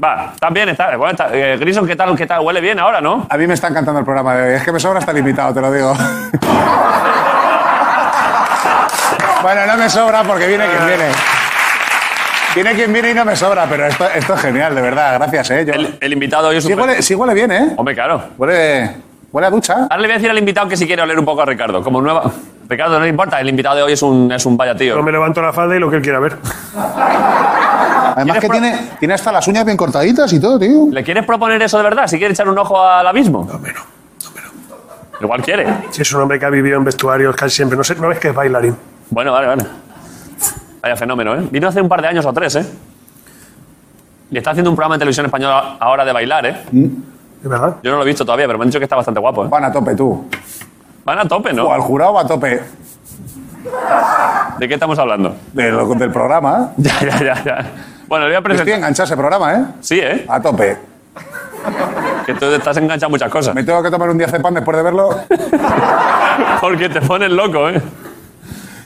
va, también está. Bueno, está- eh, Grison, ¿qué tal, ¿qué tal? Huele bien ahora, ¿no? A mí me está encantando el programa de hoy. Es que me sobra hasta el invitado, te lo digo. (laughs) bueno, no me sobra porque viene quien viene. Viene quien viene y no me sobra, pero esto, esto es genial, de verdad. Gracias, ¿eh? Yo- El, el invitado hoy es Sí, super- huele, sí huele bien, ¿eh? Hombre, claro. Huele, huele a ducha. Ahora le voy a decir al invitado que si quiere oler un poco a Ricardo. Como nueva. Ricardo, no le importa, el invitado de hoy es un, es un vaya tío. Yo me levanto la falda y lo que él quiera ver. Además que tiene, tiene hasta las uñas bien cortaditas y todo, tío. ¿Le quieres proponer eso de verdad? ¿Si quiere echar un ojo al abismo? No, menos. Igual quiere. Si es un hombre que ha vivido en vestuarios casi siempre. No sé, no ves que es bailarín. Bueno, vale, vale. Vaya fenómeno, ¿eh? Vino hace un par de años o tres, ¿eh? Y está haciendo un programa en televisión española ahora de bailar, ¿eh? Es verdad. Yo no lo he visto todavía, pero me han dicho que está bastante guapo, ¿eh? Van a tope, tú. Van a tope, O al ¿no? jurado va a tope ¿De qué estamos hablando? (laughs) de lo- del programa. Ya, ya, ya, ya. Bueno, Yo le voy a estoy presentar. enganchado a ese programa, ¿eh? Sí, ¿eh? A tope. Que tú estás enganchado a muchas cosas. Me tengo que tomar un día de pan después de verlo. Porque te pones loco, ¿eh?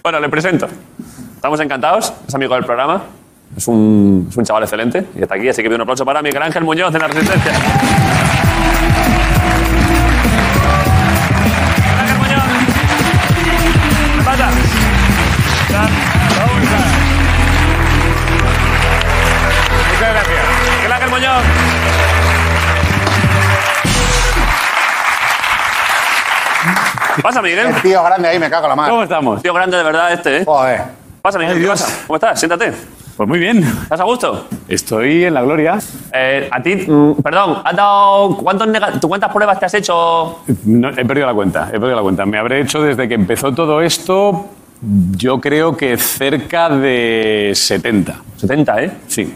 Bueno, le presento. Estamos encantados, es amigo del programa. Es un, es un chaval excelente y está aquí, así que pido un aplauso para Miguel Ángel Muñoz de la Resistencia. Miguel Ángel Muñoz. ¿Qué pasa? Tal, Raúl, tal. Muchas gracias. Miguel Ángel Muñoz. Pasa, Miguel. El tío grande ahí, me cago en la mano. ¿Cómo estamos? Tío grande de verdad este, ¿eh? Joder. Pasa, Miguel, ¿qué pasa? ¿Cómo estás? Siéntate. Pues muy bien, ¿Estás a gusto? estoy en la gloria. Eh, a ti, mm, perdón, ¿has dado cuántos nega- tú cuántas pruebas te has hecho? No, he perdido la cuenta, he perdido la cuenta. Me habré hecho desde que empezó todo esto, yo creo que cerca de 70. 70, ¿eh? Sí,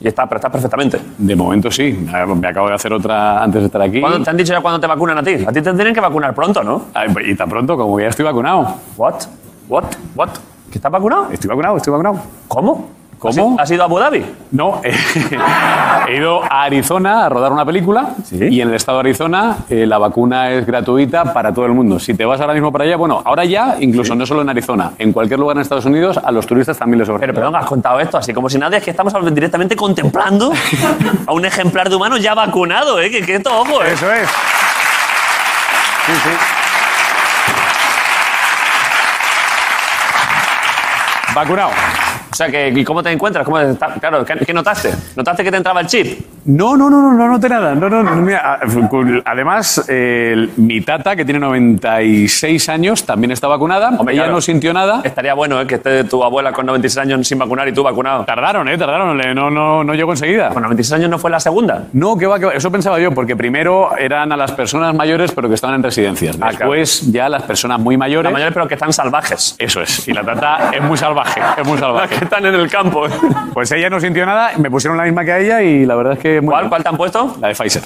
Y está, pero estás perfectamente. de momento sí. Me acabo de hacer otra antes de estar aquí. ¿Cuándo te han dicho ya cuándo te vacunan a ti? A ti te tienen que vacunar pronto, ¿no? Ay, pues, Y tan pronto como ya estoy vacunado. What? What? What? ¿Que estás vacunado? Estoy vacunado, estoy vacunado. ¿Cómo? ¿Cómo? ¿Has, has ido a Abu Dhabi? No, (laughs) he ido a Arizona a rodar una película y en el estado de Arizona eh, la vacuna es gratuita para todo el mundo. Si te vas ahora mismo para allá, bueno, ahora ya, incluso no solo en Arizona, en cualquier lugar en Estados Unidos, a los turistas también les ofrecen. Pero perdón, has contado esto así como si nadie, es que estamos directamente contemplando a un ejemplar de humano ya vacunado, ¿eh? Que, que esto, ojo, ¿eh? Eso es. Sí, sí. Vacunado. O sea, que, ¿y cómo te encuentras? ¿Cómo está- Claro, ¿qué, qué notaste? ¿Notaste que te entraba el chip? No, no, no, no, no noté nada. No, no, no, mira, a- con- además, eh, mi tata, que tiene 96 años, también está vacunada. Hombre, Ella claro. no sintió nada. Estaría bueno ¿eh? que esté tu abuela con 96 años sin vacunar y tú vacunado. Tardaron, ¿eh? Tardaron. le- No, no, no llegó enseguida. Con 96 años no fue la segunda. No, que va, que va. Eso pensaba yo, porque primero eran a las personas mayores, pero que estaban en residencias. Ah, claro. Después ya las personas muy mayores. Las mayores, pero que están salvajes. Eso es. Y la tata es muy salvaje. Es muy (laughs) Las que salvaje. están en el campo. ¿eh? Pues ella no sintió nada, me pusieron la misma que a ella y la verdad es que. muy ¿Cuál, bien. cuál te han puesto? La de Pfizer.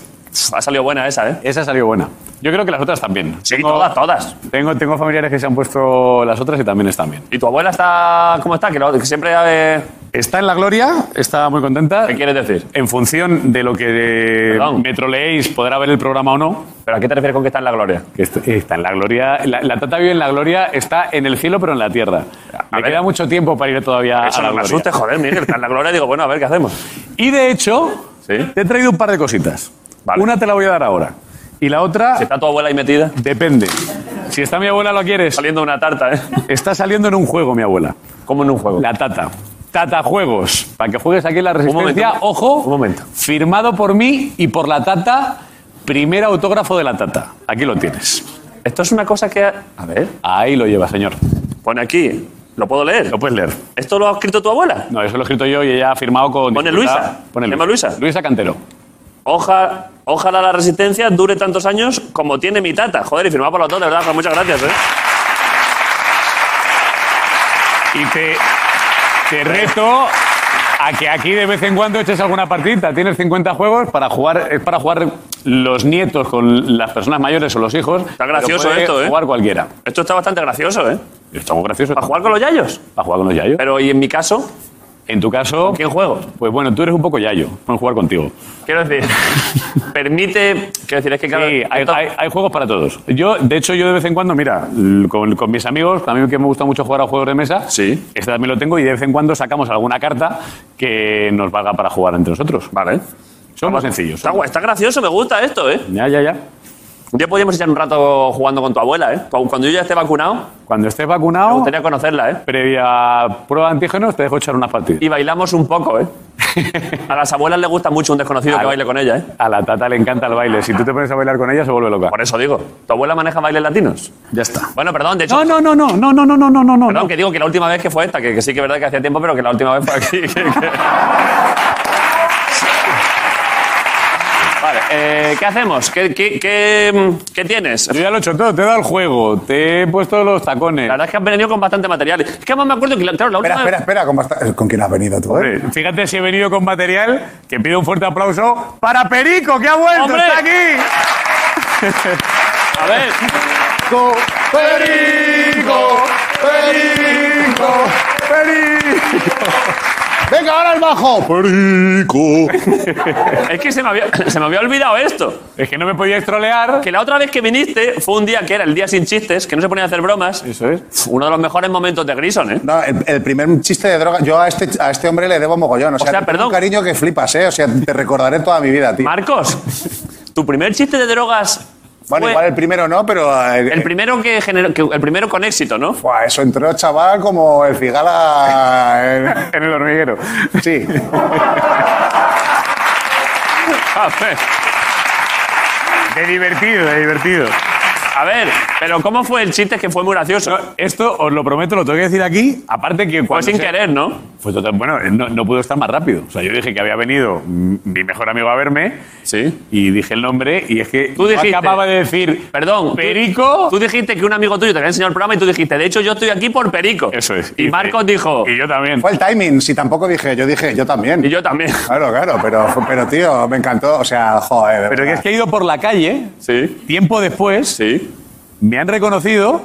Ha salido buena esa, ¿eh? Esa salió buena. Yo creo que las otras también. Sí, todas, todas. Tengo, tengo familiares que se han puesto las otras y también están bien. ¿Y tu abuela está. ¿Cómo está? Que, lo- que siempre. eh, Está en la gloria, está muy contenta. ¿Qué quieres decir? En función de lo que eh, Perdón. me troleéis, podrá ver el programa o no. ¿Pero a qué te refieres con que está en la gloria? Que est- eh, Está en la gloria. La, la tata vive en la gloria, está en el cielo, pero en la tierra. A Le ver. queda mucho tiempo para ir todavía Eso a la no me gloria. asustes, joder, Miguel. Está en la gloria. Digo, bueno, a ver, ¿qué hacemos? Y de hecho, Sí. te he traído un par de cositas. Vale. Una te la voy a dar ahora. Y la otra Si está tu abuela ahí metida, depende. Si está mi abuela, lo quieres. saliendo una tarta, ¿eh? Está saliendo en un juego, mi abuela. Como en un juego. La tata. Tata Juegos. Para que juegues aquí en la resistencia. momento. Ojo. Un momento. Firmado por mí y por la tata. Primer autógrafo de la tata. Aquí lo tienes. Esto es una cosa que. ha- A ver. Ahí lo lleva, señor. Pone aquí. ¿Lo puedo leer? Lo puedes leer. ¿Esto lo ha escrito tu abuela? No, eso lo he escrito yo y ella ha firmado con. Pone dificultad. Luisa. Pone Llama Luisa. Luisa. Luisa Cantero. Oja- ojalá la resistencia dure tantos años como tiene mi tata. Joder, y firmado por los dos, de verdad, Juan, muchas gracias, ¿eh? Y te, te reto a que aquí de vez en cuando eches alguna partida. Tienes 50 juegos para jugar. Es para jugar los nietos con las personas mayores o los hijos. Está gracioso esto, ¿eh? Jugar cualquiera. Esto está bastante gracioso, ¿eh? Está muy gracioso. Para jugar con los yayos. Para jugar con los yayos. Pero, ¿y en mi caso? En tu caso. ¿Quién juego? Pues bueno, tú eres un poco yayo. Vamos a jugar contigo. Quiero (laughs) decir, permite. Quiero decir, es que claro. Sí, hay, hay- hay juegos para todos. Yo, de hecho, yo de vez en cuando, mira, l- con, con mis amigos, también que me gusta mucho jugar a juegos de mesa, sí. este también lo tengo y de vez en cuando sacamos alguna carta que nos valga para jugar entre nosotros. Vale. Son más sencillos. Está, guay, está gracioso, me gusta esto, ¿eh? Ya, ya, ya. Un día podríamos echar un rato jugando con tu abuela, ¿eh? Cu- Cuando yo ya esté vacunado, Cuando estés me vacunado, gustaría conocerla, ¿eh? previa prueba de antígenos, te dejo echar unas partidas. Y bailamos un poco, (laughs) ¿eh? A las abuelas les gusta mucho un desconocido que baile con ella, ¿eh? A la tata le encanta el baile. Si tú te pones a bailar con ella, se vuelve loca. Por eso digo, ¿tu abuela maneja bailes latinos? Ya está. Bueno, perdón, de hecho, No, no, no, no, no, no, no, no, no, no, no. perdón, que digo que la última vez que fue esta, que, que sí que es verdad que hacía tiempo, pero que la última vez fue aquí. que- que- (laughs) Vale, eh, ¿qué hacemos? ¿Qué, qué, qué, mm, qué tienes? Yo ya lo he hecho todo, te he dado el juego, te he puesto los tacones. La verdad es que han venido con bastante material. Es que además me acuerdo que, la- claro, la última Espera, espera, espera. ¿cómo está- ¿Con quién has venido tú? eh? Hombre, Fíjate si he venido con material, que pido un fuerte aplauso para Perico, que ha vuelto, ¡Hombre! está aquí. A ver, ¡Perico! ¡Perico! ¡Perico! Venga, ahora el bajo. (laughs) es que se me había, se me había olvidado esto. Es que no me podíais trolear. Que la otra vez que viniste fue un día que era el día sin chistes, que no se ponía a hacer bromas. Eso es. Uno de los mejores momentos de Grison, ¿eh? No, el, el primer chiste de droga. Yo a este, a este hombre le debo mogollón. O sea, sea, te tengo perdón. un cariño que flipas, ¿eh? O sea, te recordaré toda mi vida, tío. Marcos, tu primer chiste de drogas. Bueno, fue igual el primero no, pero. eh, el primero que, generó- que- el primero con éxito, ¿no? Buah, eso entró, chaval, como el cigala. En el hormiguero. en- Sí. Ah, A pues. ver, De divertido, de divertido. a ver, pero ¿cómo fue el chiste que fue muy gracioso? Esto os lo prometo, lo tengo que decir aquí. Aparte que Fue cuando. sin se- querer, ¿no? Fue total- bueno, no, no pudo estar más rápido. O sea, yo dije que había venido mm, mi mejor amigo a verme. Sí. Y dije el nombre, y es que. Tú dijiste- yo acababa de decir. Perdón, tú- Perico. Tú dijiste que un amigo tuyo te había enseñado el programa y tú dijiste, de hecho, yo estoy aquí por Perico. Eso es. Y Marcos dijo, Y yo también. Fue el timing, si tampoco dije, yo dije, yo también. y yo también. (laughs) Claro, claro, pero, pero tío, me encantó. O sea, joder. de Pero que verdad. es que he ido por la calle, Sí, tiempo después, sí. me han reconocido,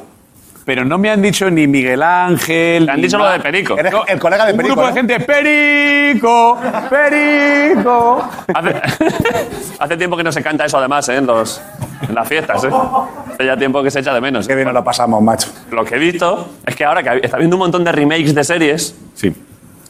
pero no me han dicho ni Miguel Ángel. Te han ni dicho lo nada. de Perico. Eres el colega de Un Perico. grupo de ¿no? gente, Perico, Perico. (laughs) Hace, (laughs) hace tiempo que no se canta eso, además, ¿eh? en, los, en las fiestas. ¿eh? Hace ya tiempo que se echa de menos. ¿eh? Qué bien nos lo pasamos, macho. Lo que he visto es que ahora que está viendo un montón de remakes de series, Sí.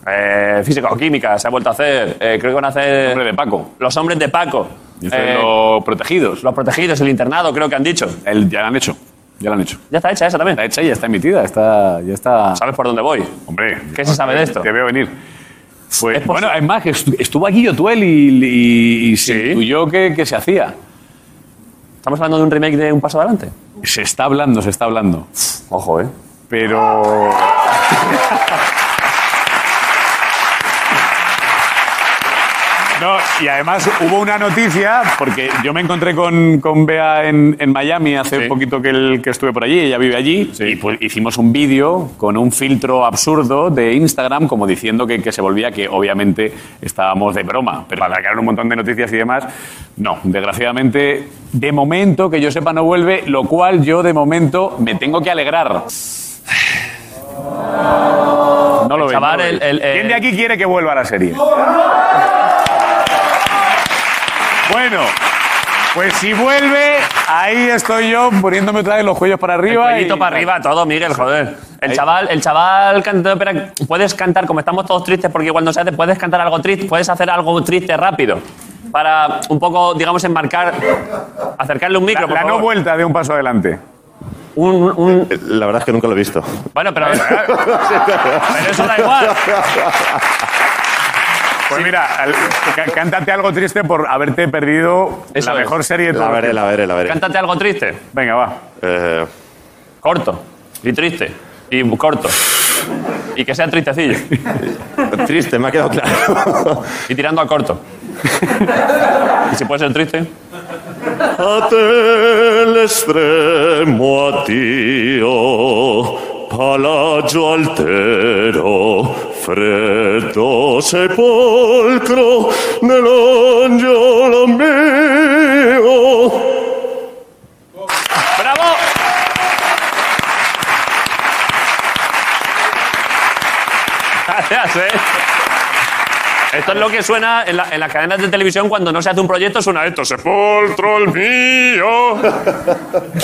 eh, física o química, se ha vuelto a hacer. eh, creo que van a hacer. Hombre de Paco. Los hombres de Paco. Y eso eh, es los protegidos. Los protegidos, el internado, creo que han dicho. El- ya lo han hecho. Ya lo han hecho. Ya está hecha esa también. Está hecha y ya está emitida. Está, ya está. ¿Sabes por dónde voy? Hombre. ¿Qué se sabe de esto? Te veo venir. Fue- ¿Es bueno, es más, que estu- estuvo aquí Yotuel y, y, y se Sí. intuyó que, que se hacía. ¿Estamos hablando de un remake de Un Paso Adelante? Se está hablando, se está hablando. Ojo, ¿eh? Pero. No, y además hubo una noticia, porque yo me encontré con, con Bea en, en Miami hace Sí. un poquito que, el- que estuve por allí, ella vive allí, y pues hicimos un vídeo con un filtro absurdo de Instagram, como diciendo que, que se volvía, que obviamente estábamos de broma, pero para sacar un montón de noticias y demás, no, desgraciadamente, de momento, que yo sepa, no vuelve, lo cual yo de momento me tengo que alegrar. No lo El veis, no chaval, lo el- veis. el- el- ¿Quién de aquí quiere que vuelva a la serie? Bueno, pues si vuelve, ahí estoy yo poniéndome otra vez los cuellos para El arriba. cuellito y- para arriba, todo, Miguel, joder. El chaval, el chaval cantando ópera, puedes cantar, como estamos todos tristes porque igual no se hace, puedes cantar algo triste, puedes hacer algo triste rápido. Para un poco, digamos, enmarcar, acercarle un micro, La, por la no favor. vuelta de un paso adelante. Un- un- La verdad es que nunca lo he visto. (laughs) bueno, pero, pero eso da igual. Pues mira, al- ca- cántate algo triste por haberte perdido Eso la es. mejor serie de La todos. veré, la veré, la veré. Cántate algo triste, Venga, va. Eh, corto y triste y corto. Y que sea tristecillo. triste, me ha quedado claro. Y tirando a corto. Y si puede ser triste. Ate el extremo atío, palacio altero, freddo sepolcro nell'angelo mio. ¡Bravo! Gracias, eh. Esto es lo que suena en, la- en las cadenas de televisión cuando no se hace un proyecto, suena esto, sepulcro el mío.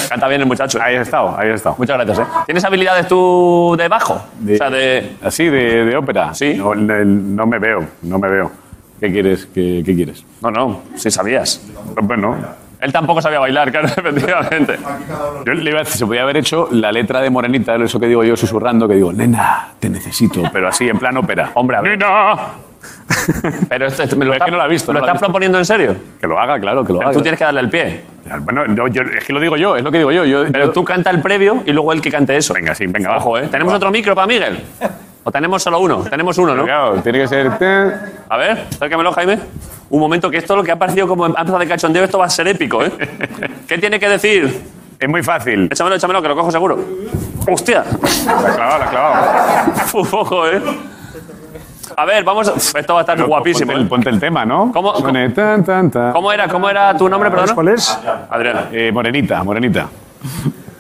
Canta bien el muchacho. Ahí has estado, ahí has estado. Muchas gracias, ¿eh? ¿Tienes habilidades tú de bajo? o sea, de... Así, de, de ópera. Sí. No, no- no me veo, no me veo. ¿Qué quieres? ¿Qué, qué quieres? No, no, si sabías. Bueno. Él tampoco sabía bailar, claro, (laughs) efectivamente. Yo le iba a decir, se podía haber hecho la letra de Morenita, eso que digo yo susurrando, que digo, nena, te necesito, pero así, en plan ópera. Hombre, a ver. Pero esto, esto me lo Pero es que no la ha visto. ¿Lo no la ha estás proponiendo en serio? Que lo haga, claro, que lo Pero haga. tú tienes que darle el pie. Bueno, no, yo- es que lo digo yo, es lo que digo yo. yo Pero tú canta el previo y luego él que cante eso. Venga, sí, venga, abajo. Ojo, ¿eh? ¿Tenemos otro micro para Miguel? ¿O tenemos solo uno? Tenemos uno, ¿no? Claro, tiene que ser... A ver, acércamelo, Jaime. Un momento, que esto lo que ha parecido como antes de cachondeo, esto va a ser (laughs) épico, ¿eh? ¿Qué tiene que decir? Es muy fácil. Échamelo, échamelo, que lo cojo seguro. ¡Hostia! La clavado, la clavado. (laughs) Uf, ojo, ¿eh? A ver, vamos. a- Esto va a estar guapísimo. pues, Ponte el, ponte ¿eh? el tema, ¿no? ¿Cómo- Suene tan, tan, tan. ¿Cómo Ah, era, ¿Cómo era tu nombre, perdona? ¿Cuál es? Adrián. Eh, morenita, morenita.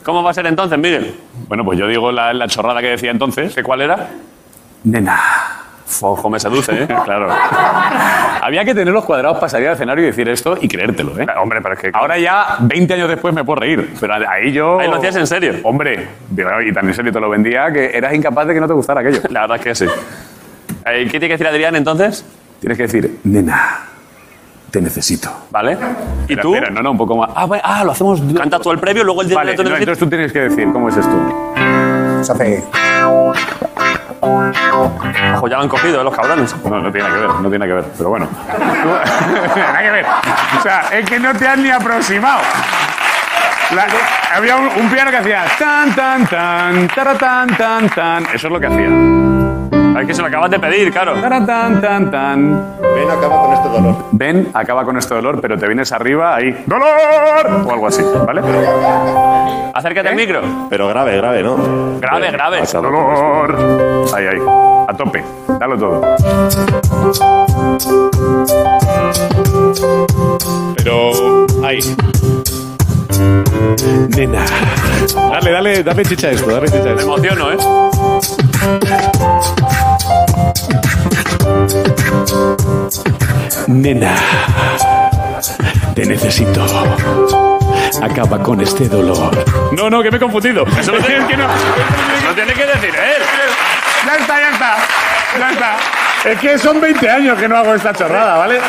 ¿Cómo va a ser entonces, Miguel? Bueno, pues yo digo la, la chorrada que decía entonces. ¿Qué cuál era? Nena. Ojo, me seduce, ¿eh? (laughs) Claro. Había que tener los cuadrados para salir al escenario y decir esto y creértelo, ¿eh? Hombre, pero es que. Ahora ya, 20 años después, me puedo reír. Pero ahí yo... Ahí lo hacías en serio. Hombre, digo, y tan en serio te lo vendía que eras incapaz de que no te gustara aquello. (laughs) La verdad es que sí. Eh, ¿Qué tiene que decir Adrián entonces? Tienes que decir, nena, te necesito. ¿Vale? ¿Y Espera, tú? espera, no, no, un poco más. Ah, va- ah, lo hacemos... Canta tú el previo, luego el Vale, directo no, entonces tú tienes que decir cómo es esto. (laughs) Se hace. Ojo, ya lo han cogido, ¿eh? los cabrones. No, no tiene nada que ver, no tiene nada que ver, pero bueno. nada que ver. O sea, es que no te has ni aproximado. La- había un, un piano que hacía tan, tan, tan, tara, tan, tan, tan. Eso es lo que hacía. Es que se lo acabas de pedir, claro. Tara, tan, tan, tan. Ven, acaba con este dolor. Ven, acaba con este dolor, pero te vienes arriba ahí. ¡Dolor! O algo así, ¿vale? ¿Eh? Acércate al micro. Pero grave, grave, ¿no? Grave, grave. acaba con esto. ¡Dolor! Ahí, ahí. A tope. Dalo todo. Pero. Ahí. Nena. Dale, dale, dale chicha a esto, dale chicha a Me esto. emociono, ¿eh? Nena, te necesito. Acaba con este dolor. No, no, que me he confundido. Eso lo tienes que no. Lo tiene que decir él. Ya está, ya está. Ya está. Es que son 20 años que no hago esta chorrada, ¿vale?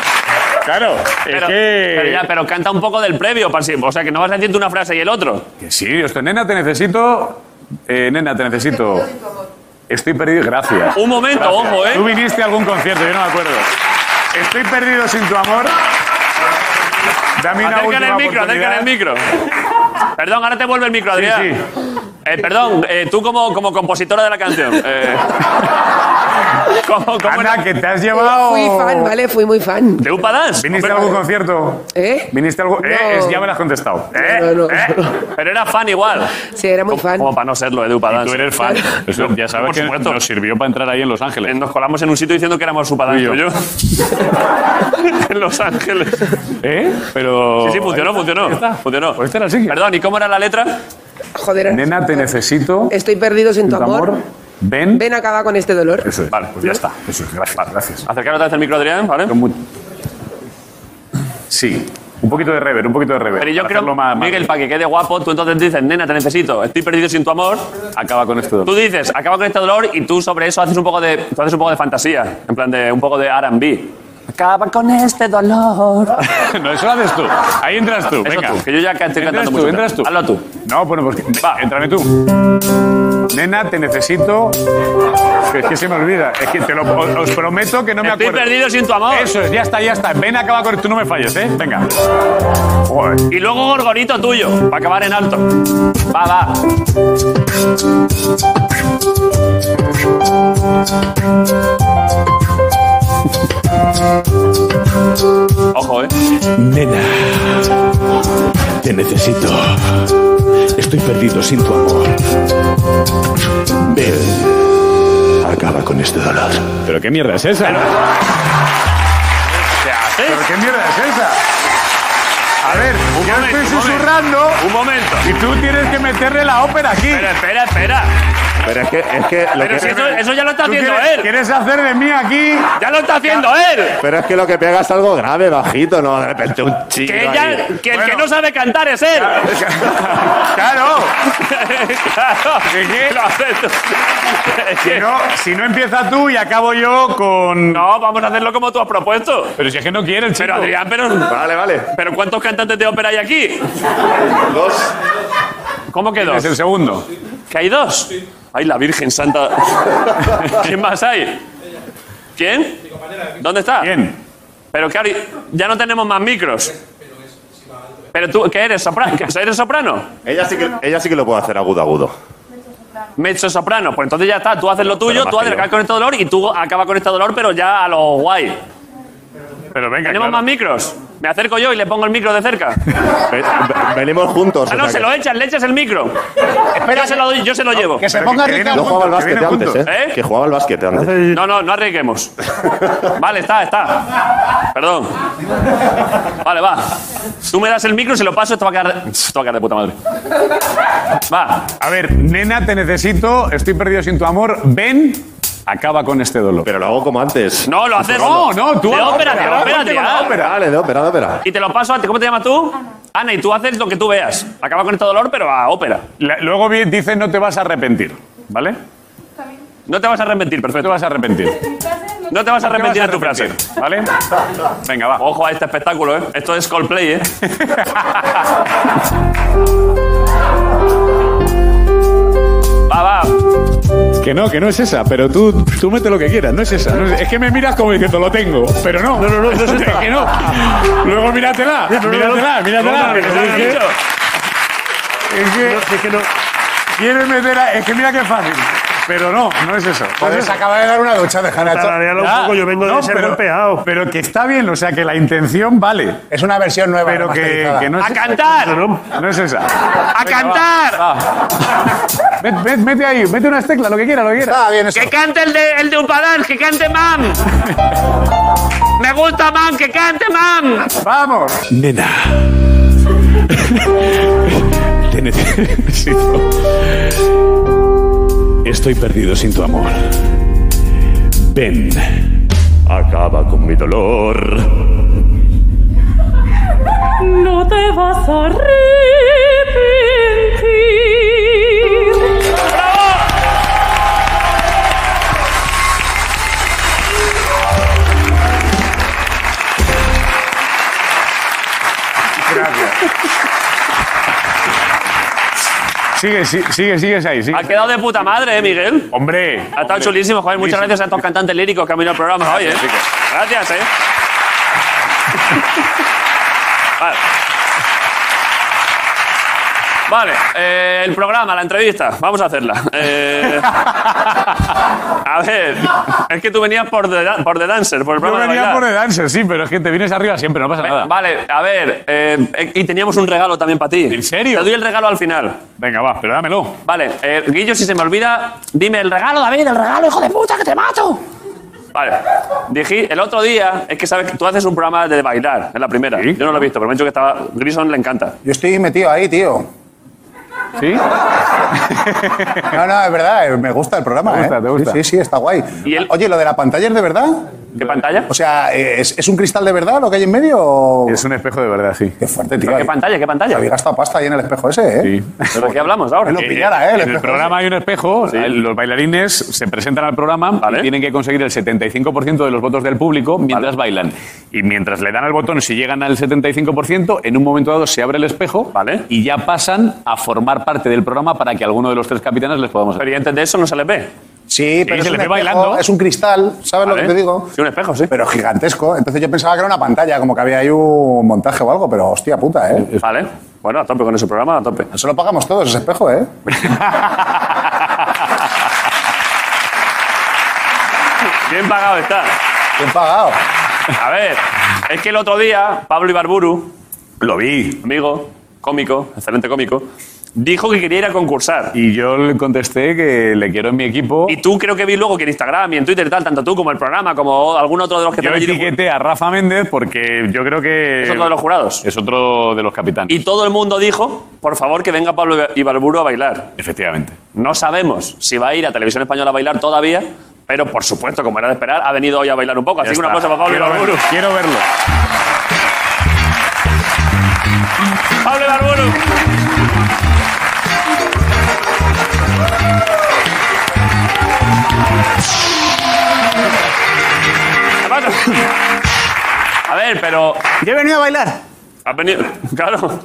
Claro. Pero, es pero que. ya, pero canta un poco del previo, para si- o sea, que no vas a decirte una frase y el otro. Que sí, Dios, te- nena, te necesito. Eh, nena, te necesito. Estoy perdido, gracias. Un momento, ojo, Tú ¿eh? viniste a algún concierto, yo no me acuerdo. Estoy perdido sin tu amor. Dame una Acércale el última micro, acércale el oportunidad. micro. Perdón, ahora te vuelve el micro, Adrián. Sí, Eh, perdón, eh, tú como, como compositora de la canción. (laughs) eh, ¿Cómo, cómo era? Ana, que te has llevado. Fui fan, ¿vale? Fui muy fan. ¿De Upa Dance? ¿Viniste a Hombre, algún concierto? ¿Eh? ¿Viniste a algún.? Eh, No. es- ya me lo has contestado. Eh, No, no, no. eh. Pero era fan igual. Sí, era muy Pues fan. Como para no serlo, eh, de Upa Dance. eres fan. Eso, ya sabes Por que supuesto. nos sirvió para entrar ahí en Los Ángeles. Eh, Nos colamos en un sitio diciendo que éramos Upa Dance, Tú y yo. tú y yo. (laughs) en Los Ángeles. ¿Eh? Pero. Sí, sí, funcionó, funcionó. Funcionó. Pues esta era así. Perdón, ¿y cómo este era la letra? Joder, Nena, te necesito. estoy perdido sin tu amor. Ven. Ven, acaba con este dolor. Eso es. Vale, pues ya está. Eso es. Gracias. gracias. Acercar otra vez el micro, Adrián, ¿vale? Con mu- Sí. Un poquito de rever, un poquito de rever. Pero yo para creo, hacerlo más- más- Miguel, para que quede guapo, tú entonces dices, nena, te necesito, estoy perdido sin tu amor. Acaba con esto. Tú dices, acaba con este dolor y tú sobre eso haces un poco de, tú haces un poco de fantasía, en plan de un poco de R&B. Acaba con este dolor. (laughs) no, eso lo haces tú. Ahí entras tú. Eso Venga. tú, que yo ya ca- estoy Entras cantando tú, mucho. entras tú. Hazlo tú. No, bueno, porque. Va, entrame tú. Nena, te necesito. Es que se me olvida. Es que te lo, os prometo que no me estoy acuerdo. perdido sin tu amor. Eso es, ya está, ya está. Ven, acaba con. Tú no me falles, ¿eh? Venga. Y luego gorgorito tuyo, para acabar en alto. Va, va. Ojo, eh. Nena, te necesito. Estoy perdido sin tu amor. Ven, acaba con este dolor. ¿Pero qué mierda es esa? ¿Qué haces? ¿Pero qué mierda es esa? A ver, yo estoy susurrando. Un momento. Y tú tienes que meterle la ópera aquí. Espera, espera, espera. Pero es que, es que lo Pero que- si eso, eso ya lo está Tú haciendo quieres- él. ¿Quieres hacer de mí (laughs) aquí? Ya lo está haciendo él. Pero es que lo que pega es algo grave, bajito, ¿no? De repente un chico. ahí. Que, ya- que el que no sabe cantar es él. Claro. claro. (laughs) Lo (laughs) acepto. Si no, si no empieza tú y acabo yo con. No, vamos a hacerlo como tú has propuesto. Pero si es que no quiere el Pero Adrián, pero. Vale, vale. ¿Pero cuántos cantantes de ópera hay aquí? Dos. ¿Cómo que dos? Es el segundo. ¿Que hay dos? Ay, la Virgen Santa. ¿Quién más hay? ¿Quién? ¿Dónde está? ¿Quién? Pero claro, ya no tenemos más micros. Pero tú, ¿qué eres? ¿Soprano? (laughs) ¿Eres soprano? Ella sí, que, ella sí que lo puede hacer agudo, agudo. Mezzo soprano. Pues entonces ya está. Tú haces lo tuyo, más tú que haces yo. acabas con este dolor y tú acabas con este dolor, pero ya a lo guay. Pero venga. Tenemos más micros. Me acerco yo y le pongo el micro de cerca. (laughs) Ve- ve- venimos juntos. Ah, o no, sea se que- lo echas, le echas el micro. yo, se lo doy, yo se lo llevo. Pero No jugaba al básquet antes, ¿eh? Que jugaba al básquet antes. ¿Eh? No, no, no arriesguemos. Vale, está, está. Perdón. Vale, va. Tú me das el micro, se lo paso, esto va a quedar, esto va a quedar de puta madre. Va. A ver, nena, te necesito. Estoy perdido sin tu amor. Ven. Acaba con este dolor. Pero lo hago como (laughs) antes. No, lo haces. No, no, tú. De haz ópera, de ahora ópera, ponte de con la ópera. Vale, de ópera, de ópera. Y te lo paso a ti. ¿Cómo te llamas tú? Ana, y tú haces lo que tú veas. Acaba con este dolor, pero a ópera. La- luego vi- dice no te vas a arrepentir, ¿vale? No te vas a arrepentir, perfecto. No te vas a arrepentir. No te vas a arrepentir de tu frase. (laughs) ¿Vale? Venga, va. Ojo a este espectáculo, ¿eh? Esto es (laughs) Coldplay, ¿eh? va, va. Que no, que no es esa, pero tú, tú mete lo que quieras, no es esa. no es, es que me miras como diciendo, lo tengo, pero no. No, no, (laughs) no, es que no. Luego míratela, míratela, míratela. pero es que- Es que, es que no. Quiere meter a- Es que mira qué fácil. Pero no, no es eso. Joder, Pues se acaba de dar una ducha de Hannah. Tararealo un poco, yo vengo de ser golpeado. Pero que está bien, o sea, que la intención vale. Es una versión nueva. Pero que, masterizada. que no es ¡A esa. cantar! No, no es esa. ¡A cantar! Met- met- mete ahí, mete unas teclas, lo que quieras, lo que quieras. Está bien eso. Que cante el de, el de Upadán, que cante mam. Me gusta, man, que cante, man. Vamos. (laughs) Nena. Te necesito. Estoy perdido sin tu amor. Ven. Acaba con mi dolor. No te vas a arrepentir. Sigue, si- sigue, sigues ahí, sigue. Ha quedado de puta madre, ¿eh, Miguel? Hombre. Ha estado chulísimo, joder. Muchas gracias a estos cantantes líricos que han venido al programa hoy, ¿eh? Gracias, ¿eh? Vale. Vale, eh, el programa, la entrevista, vamos a hacerla. Eh, (laughs) a ver, es que tú venías por The, Dan- por The Dancer, por el Yo programa de venía bailar. por el dancer, sí, pero es que te vienes arriba siempre, no pasa Ve- nada. Vale, a ver, eh, y teníamos un regalo también para ti. ¿En serio? Te doy el regalo al final. Venga, va, pero dámelo. Vale, eh, Guillo, si se me olvida, dime el regalo, David, el regalo, hijo de puta, que te mato. Vale, dije, el otro día, es que sabes que tú haces un programa de bailar, es la primera. Yo no lo he visto, pero me han dicho que estaba. Grison le encanta. Yo estoy metido ahí, tío. ¿Sí? No, no, es verdad, eh, me gusta el programa. Te gusta, ¿eh? te gusta. Sí, sí, sí, está guay. Oye, ¿lo de la pantalla es de verdad? ¿Qué pantalla? O sea, eh, ¿es, es un cristal de verdad lo que hay en medio? o- Es un espejo de verdad, sí. Qué fuerte, tío. ¿Qué pantalla? ¿Qué pantalla? Había gastado pasta ahí en el espejo ese, ¿eh? ¿Pero de qué hablamos ahora? Que lo pillara, ¿eh? En el espejo programa hay un espejo, los bailarines se presentan al programa y tienen que conseguir el 75% de los votos del público mientras bailan. Y mientras le dan al botón, si llegan al 75%, en un momento dado se abre el espejo y ya pasan a formar parte del programa para que alguno de los tres capitanes les podamos hacer. Pero y antes de eso no se les ve. Sí, pero es se le un, ve espejo, bailando. es un cristal, ¿sabes Vale. lo que te digo? Sí, un espejo, sí. Pero gigantesco. Entonces yo pensaba que era una pantalla, como que había ahí un montaje o algo, pero hostia puta, ¿eh? Vale, bueno, a tope con ese programa, a tope. Eso lo pagamos todos, ese espejo, ¿eh? Bien pagado está. Bien pagado. A ver, es que el otro día Pablo Ibarburu, Lo vi. amigo, cómico, excelente cómico, Dijo que quería ir a concursar. Y yo le contesté que le quiero en mi equipo. Y tú creo que vi luego que en Instagram y en Twitter y tal, tanto tú como el programa, como algún otro de los que Yo están allí. etiqueté a Rafa Méndez porque yo creo que. Es otro de los jurados. Es otro de los capitanes. Y todo el mundo dijo, por favor, que venga Pablo Ibarburu a bailar. Efectivamente. No sabemos si va a ir a Televisión Española a bailar todavía, pero por supuesto, como era de esperar, ha venido hoy a bailar un poco. Así Ya que una está. cosa para Pablo Quiero ver- Ibarburu. Quiero verlo. ¡Pablo Ibarburu! Hermano. A ver, pero. Yo he venido a bailar. Has venido. Claro.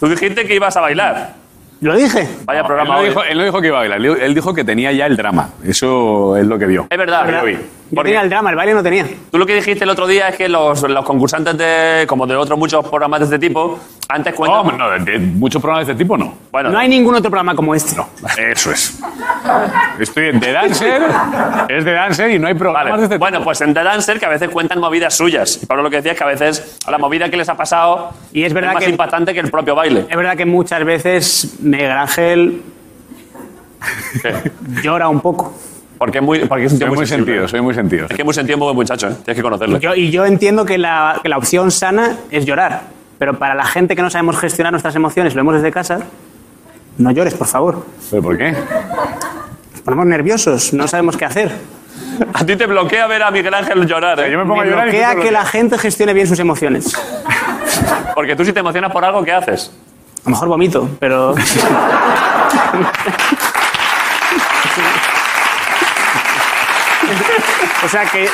Tú dijiste que ibas a bailar. Lo dije. Vaya No, Él programa no, hoy. dijo, él no dijo que iba a bailar, él dijo que tenía ya el drama. Eso es lo que vio. Es verdad. Yo lo vi. Yo tenía el drama, el baile no tenía. Tú lo que dijiste el otro día es que los, los concursantes de, como de otros muchos programas de este tipo, antes cuentan. No, no, de, de muchos programas de este tipo no. Bueno, No hay ningún otro programa como este. Eso es. Estoy en The Dancer. Es de Dancer y no hay programas de este tipo. Bueno, pues en The Dancer que a veces cuentan movidas suyas. Y Pablo lo que decía es que a veces la movida que les ha pasado Y es verdad más que- impactante que el propio baile. Es verdad que muchas veces Miguel Ángel llora un poco. Porque es muy, porque es un tío Soy muy sensible. sentido, soy muy sentido. Es que es muy sentido, muy buen muchacho, ¿eh? tienes que conocerlo. Yo- y yo entiendo que la, que la opción sana es llorar. Pero para la gente que no sabemos gestionar nuestras emociones, lo vemos desde casa, no llores, por favor. ¿Pero por qué? Nos ponemos nerviosos, no sabemos qué hacer. A ti te bloquea ver a Miguel Ángel llorar. ¿eh? Me bloquea que la gente gestione bien sus emociones. Porque tú si te emocionas por algo, ¿qué haces? A lo mejor vomito, (laughs) pero... o sea que,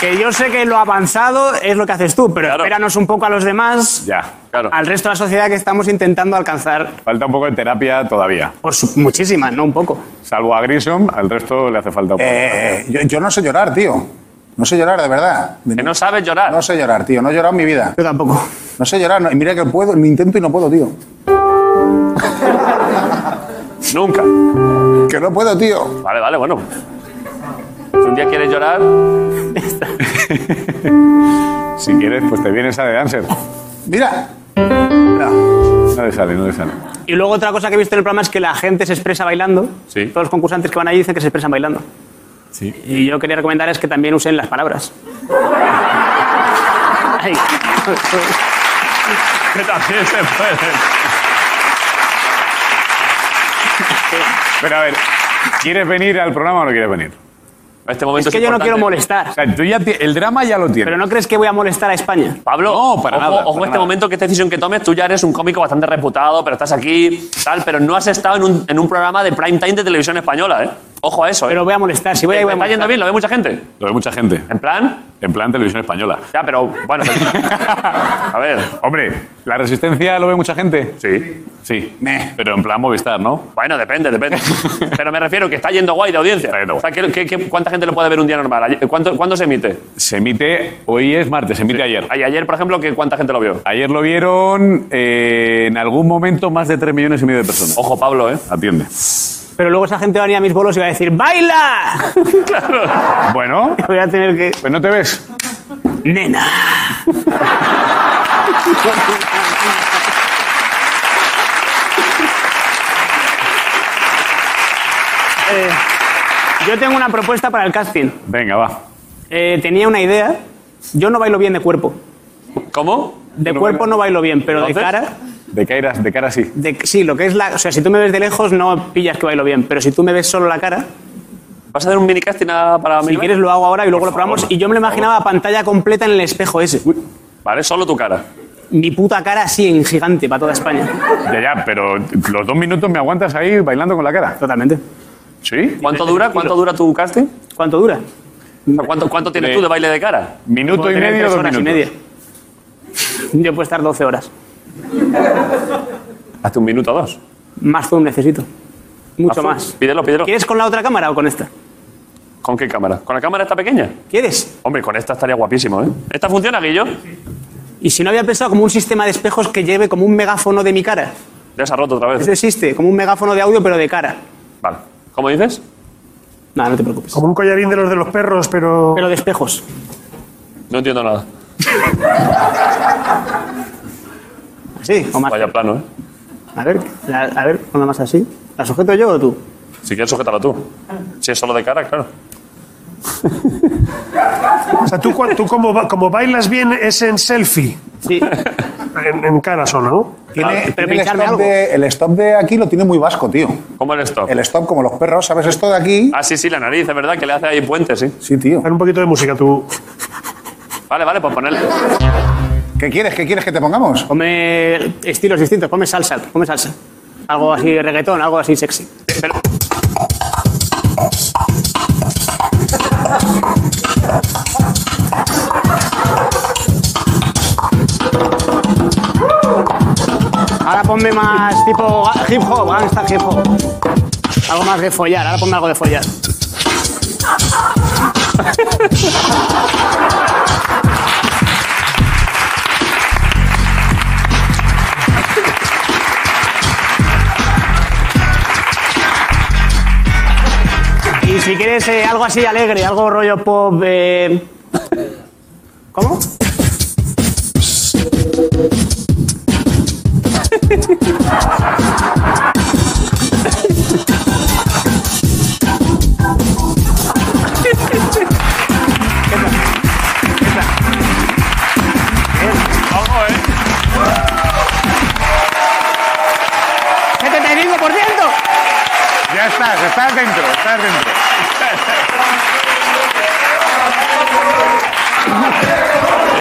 que yo sé que lo avanzado es lo que haces tú, pero espéranos un poco a los demás, Ya. al resto de la sociedad que estamos intentando alcanzar. Falta un poco de terapia todavía. Por muchísima, no un poco. Salvo a Grissom, al resto le hace falta un poco. Eh, yo, yo no sé llorar, tío. No sé llorar, de verdad. Que no sabes llorar. No sé llorar, tío. No he llorado en mi vida. Yo tampoco. No sé llorar. no- y mira que puedo, ni intento y no puedo, tío. Nunca. Que no puedo, tío. Vale, vale, bueno. Si un día quieres llorar, Si quieres, pues te vienes a The Dancer. Mira. No le sale, no le sale. Y luego otra cosa que he visto en el programa es que la gente se expresa bailando. Sí. Todos los concursantes que van allí dicen que se expresan bailando. Sí. Y yo quería recomendar es que también usen las palabras. Ay. que también se puede. Pero a ver, ¿quieres venir al programa o no quieres venir? En este momento Es que yo no quiero molestar. O sea, tú ya ti- el drama ya lo tienes. Pero no crees que voy a molestar a España. Pablo, No, para ojo, nada, ojo para este nada. momento que esta decisión que tomes, tú ya eres un cómico bastante reputado, pero estás aquí, tal, pero no has estado en un, en un programa de prime time de televisión española, ¿eh? Ojo a eso, ¿eh? Pero voy a molestar. Si voy a, ¿Te- voy te a está yendo molestar. bien, lo ve mucha gente. Lo ve mucha gente. En plan, En plan televisión española. ya, pero (laughs) bueno, a ver, Hombre, ¿la resistencia lo ve mucha gente? Sí. Sí. Pero en plan Movistar, ¿no? bueno, depende, depende. Pero me refiero que está yendo guay de audiencia. O sea, ¿qué- qué- qué- cuánta gente lo puede ver un día normal? Ayer- ¿Cuánto, ¿Cuándo se emite? Se emite, hoy es martes, se emite ayer. Ay, Ayer, por ejemplo, ¿qué- ¿cuánta gente lo vio? Ayer lo vieron eh, en algún momento más de 3 millones y medio de personas. Ojo, Pablo, ¿eh? Atiende. Pero luego esa gente va a venir a mis bolos y va a decir ¡Baila! Bueno, Voy a tener que... pues no te ves. ¡Nena! Eh, yo tengo una propuesta para el casting. Venga, va. Eh, tenía una idea. Yo no bailo bien de cuerpo. ¿Cómo? De cuerpo no bailo bien, pero de cara... De cara, de cara sí. de- sí, lo que es la... O sea, si tú me ves de lejos no pillas que bailo bien, pero si tú me ves solo la cara, ¿Vas a hacer un mini casting a- para si Milbao? quieres lo hago ahora y luego lo probamos. Y yo me lo imaginaba a pantalla completa en el espejo ese. Vale, solo tu cara. Mi puta cara así en gigante para toda España. Ya, ya, pero los dos minutos me aguantas ahí bailando con la cara. Totalmente. ¿Sí? (laughs) ¿Cuánto dura? ¿Cuánto dura tu casting? ¿Cuánto dura? O sea, (laughs) ¿Cuánto, cuánto tienes Eh, tú de baile de cara? Minuto Puedo y tener medio, tres dos horas minutos. y media. Yo puedo estar 12 horas. Hazte un minuto o dos. Más zoom necesito. Mucho Haz un- más. Pídelo, pídelo. ¿Quieres con la otra cámara o con esta? ¿Con qué cámara? ¿Con la cámara esta pequeña? ¿Quieres? Hombre, con esta estaría guapísimo, ¿eh? ¿Esta funciona, Guillo? Y si no había pensado como un sistema de espejos que lleve como un megáfono de mi cara. Ya se ha roto otra vez. Eso existe, como un megáfono de audio pero de cara. Vale. ¿Cómo dices? Nada, no te preocupes. Como un collarín de los de los perros, pero. Pero de espejos. No entiendo nada. Sí, o más. Vaya plano, ¿eh? A ver, la- a ver, ponla más así. ¿La sujeto yo o tú? Si quieres, sujétalo tú. Si es solo de cara, claro. O sea, tú, cua- tú como, ba- como bailas bien es en selfie. Sí. En, en cara solo, ¿no? Tiene- tiene el, stop de, el stop de aquí lo tiene muy vasco, tío. ¿Cómo el stop? El stop, como los perros, ¿sabes? Esto de aquí. Ah, sí, sí, la nariz, es verdad que le hace ahí puentes, sí. Sí, tío. Pon un poquito de música tú. Vale, vale, pues ponerle. ¿Qué quieres? ¿Qué quieres que te pongamos? Ponme Eh, estilos distintos, ponme salsa, ponme salsa. Algo así de reggaetón, algo así sexy. Ahora ponme más tipo ga- hip hop, gangsta hip hop. Algo más de follar, ahora ponme algo de follar. Y si quieres eh, algo así alegre, algo rollo pop. eh, ¿Cómo? ¡75%! Ya estás, estás dentro, estás dentro.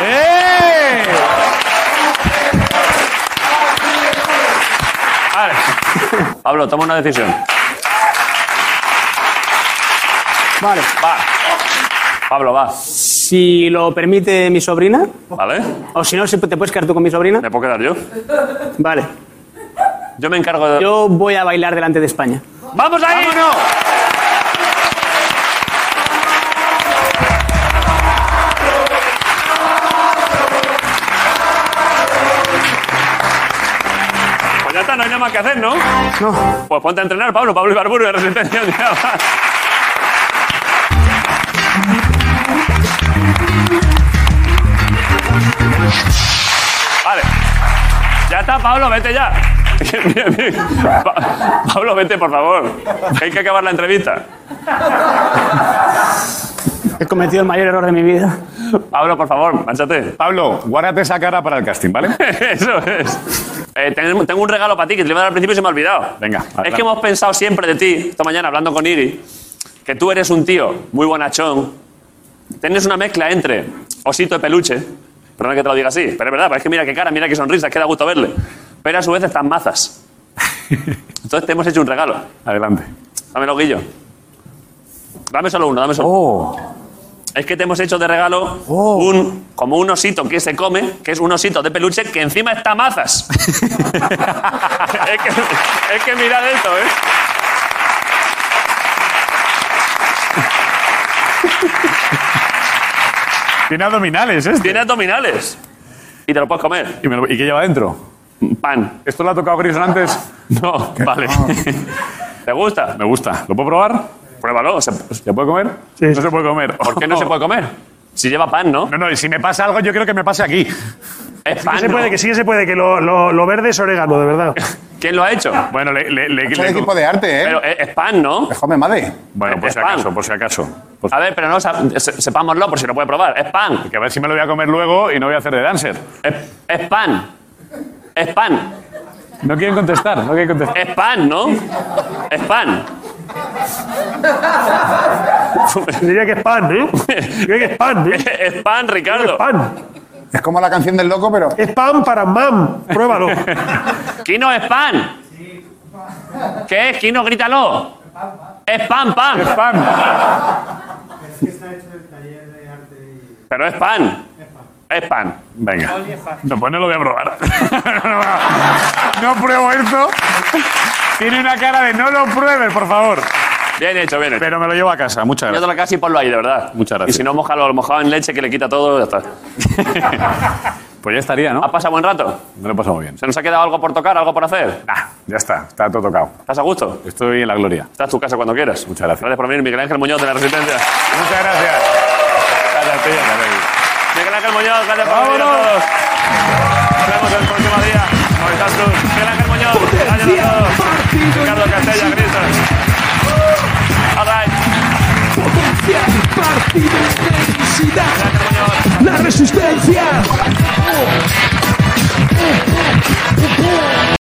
¡Eh! Vale. Pablo, toma una decisión. Vale. Va. Pablo, va. Si lo permite mi sobrina. Vale. O si no, si te puedes quedar tú con mi sobrina. ¿Me puedo quedar yo? Vale. Yo me encargo de. Yo voy a bailar delante de España. ¡Vamos ahí! ¡Vámonos! Pues ya está, no hay nada más que hacer, ¿no? No. Pues ponte a entrenar, Pablo. Pablo Ibarburu de Resistencia Unida. Vale. Ya está, Pablo, vete ya. (laughs) Bien, bien, bien. Pa- Pablo, vete, por favor. Que Hay que acabar la entrevista. He cometido el mayor error de mi vida. Pablo, por favor, mánchate. Pablo, guárdate esa cara para el casting, (laughs) ¿vale? (laughs) Eso es. Eh, tengo tengo un regalo para ti que te lo iba a dar al principio y se me ha olvidado. Venga, Es que hemos pensado siempre de ti, esta mañana hablando con Iri, que tú eres un tío muy bonachón. Tienes una mezcla entre osito de peluche, perdona que te lo diga así, pero es verdad, pero es que mira qué cara, mira qué sonrisa, queda gusto verle. Pero a su vez están mazas. Entonces te hemos hecho un regalo. Adelante. Dámelo, Guillo. Dame solo uno, dame Oh, solo Oh. Es que te hemos hecho de regalo Oh. un, como un osito que se come, que es un osito de peluche que encima está (laughs) mazas. es, que, es que mirad esto, ¿eh? Tiene abdominales, ¿eh? Tiene abdominales. Y te lo puedes comer. ¿Y, me lo- y qué lleva dentro? Pan. ¿Esto lo ha tocado Grison antes? (laughs) No, vale. (laughs) ¿Te gusta? Me gusta. ¿Lo puedo probar? Pruébalo. ¿Se, pues, ¿se puede comer? No se puede comer. Oh. ¿Por qué no se puede comer? Si lleva pan, ¿no? No, no, y si me pasa algo, yo creo que me pase aquí. Es Que se puede, que sí que se puede, que lo, lo- lo verde es orégano, de verdad. (laughs) ¿Quién lo ha hecho? Bueno, le... le, le- Soy le- equipo de arte, ¿eh? Pero es, es pan, ¿no? Déjame, madre. Bueno, por Es si pan. acaso, por si acaso. Por- A ver, pero no, sa- se- sepámoslo por si lo puede probar. Es pan. Que a ver si me lo voy a comer luego y no voy a hacer de dancer. Es, es pan. Es pan. No quieren contestar, no quieren contestar. Es pan, ¿no? Es pan. Diría que es pan, ¿eh? Diría que es pan, ¿eh? Es pan, Ricardo. Es pan. Es como la canción del loco, pero. Es pan para mam. Pruébalo. Kino es pan. ¿Qué es, Kino? Grítalo. Es pan, pan. Es pan. Pero es pan. Es pan. Venga. No, pues no lo voy a probar. (laughs) no pruebo esto. Tiene una cara de no lo pruebes, por favor. Bien hecho, bien hecho. Pero me lo llevo a casa, muchas gracias. Llévatelo casi y ponlo ahí, de verdad. Muchas Y gracias. si no, mojalo, mojado en leche que le quita todo, ya está. Pues ya estaría, ¿no? ¿Has pasado buen rato? Me lo he pasado muy bien. ¿Se nos ha quedado algo por tocar, algo por hacer? Nah, ya está, está todo tocado. ¿Estás a gusto? Estoy en la gloria. Estás a tu casa cuando quieras. Muchas gracias. Gracias por venir, Miguel Ángel Muñoz de la Resistencia. Muchas gracias. Gracias, Miguel Ángel Muñoz, gracias por venir a todos. Nos vemos el próximo día. Movistar Plus. Miguel Ángel Muñoz. Eduardo Castella.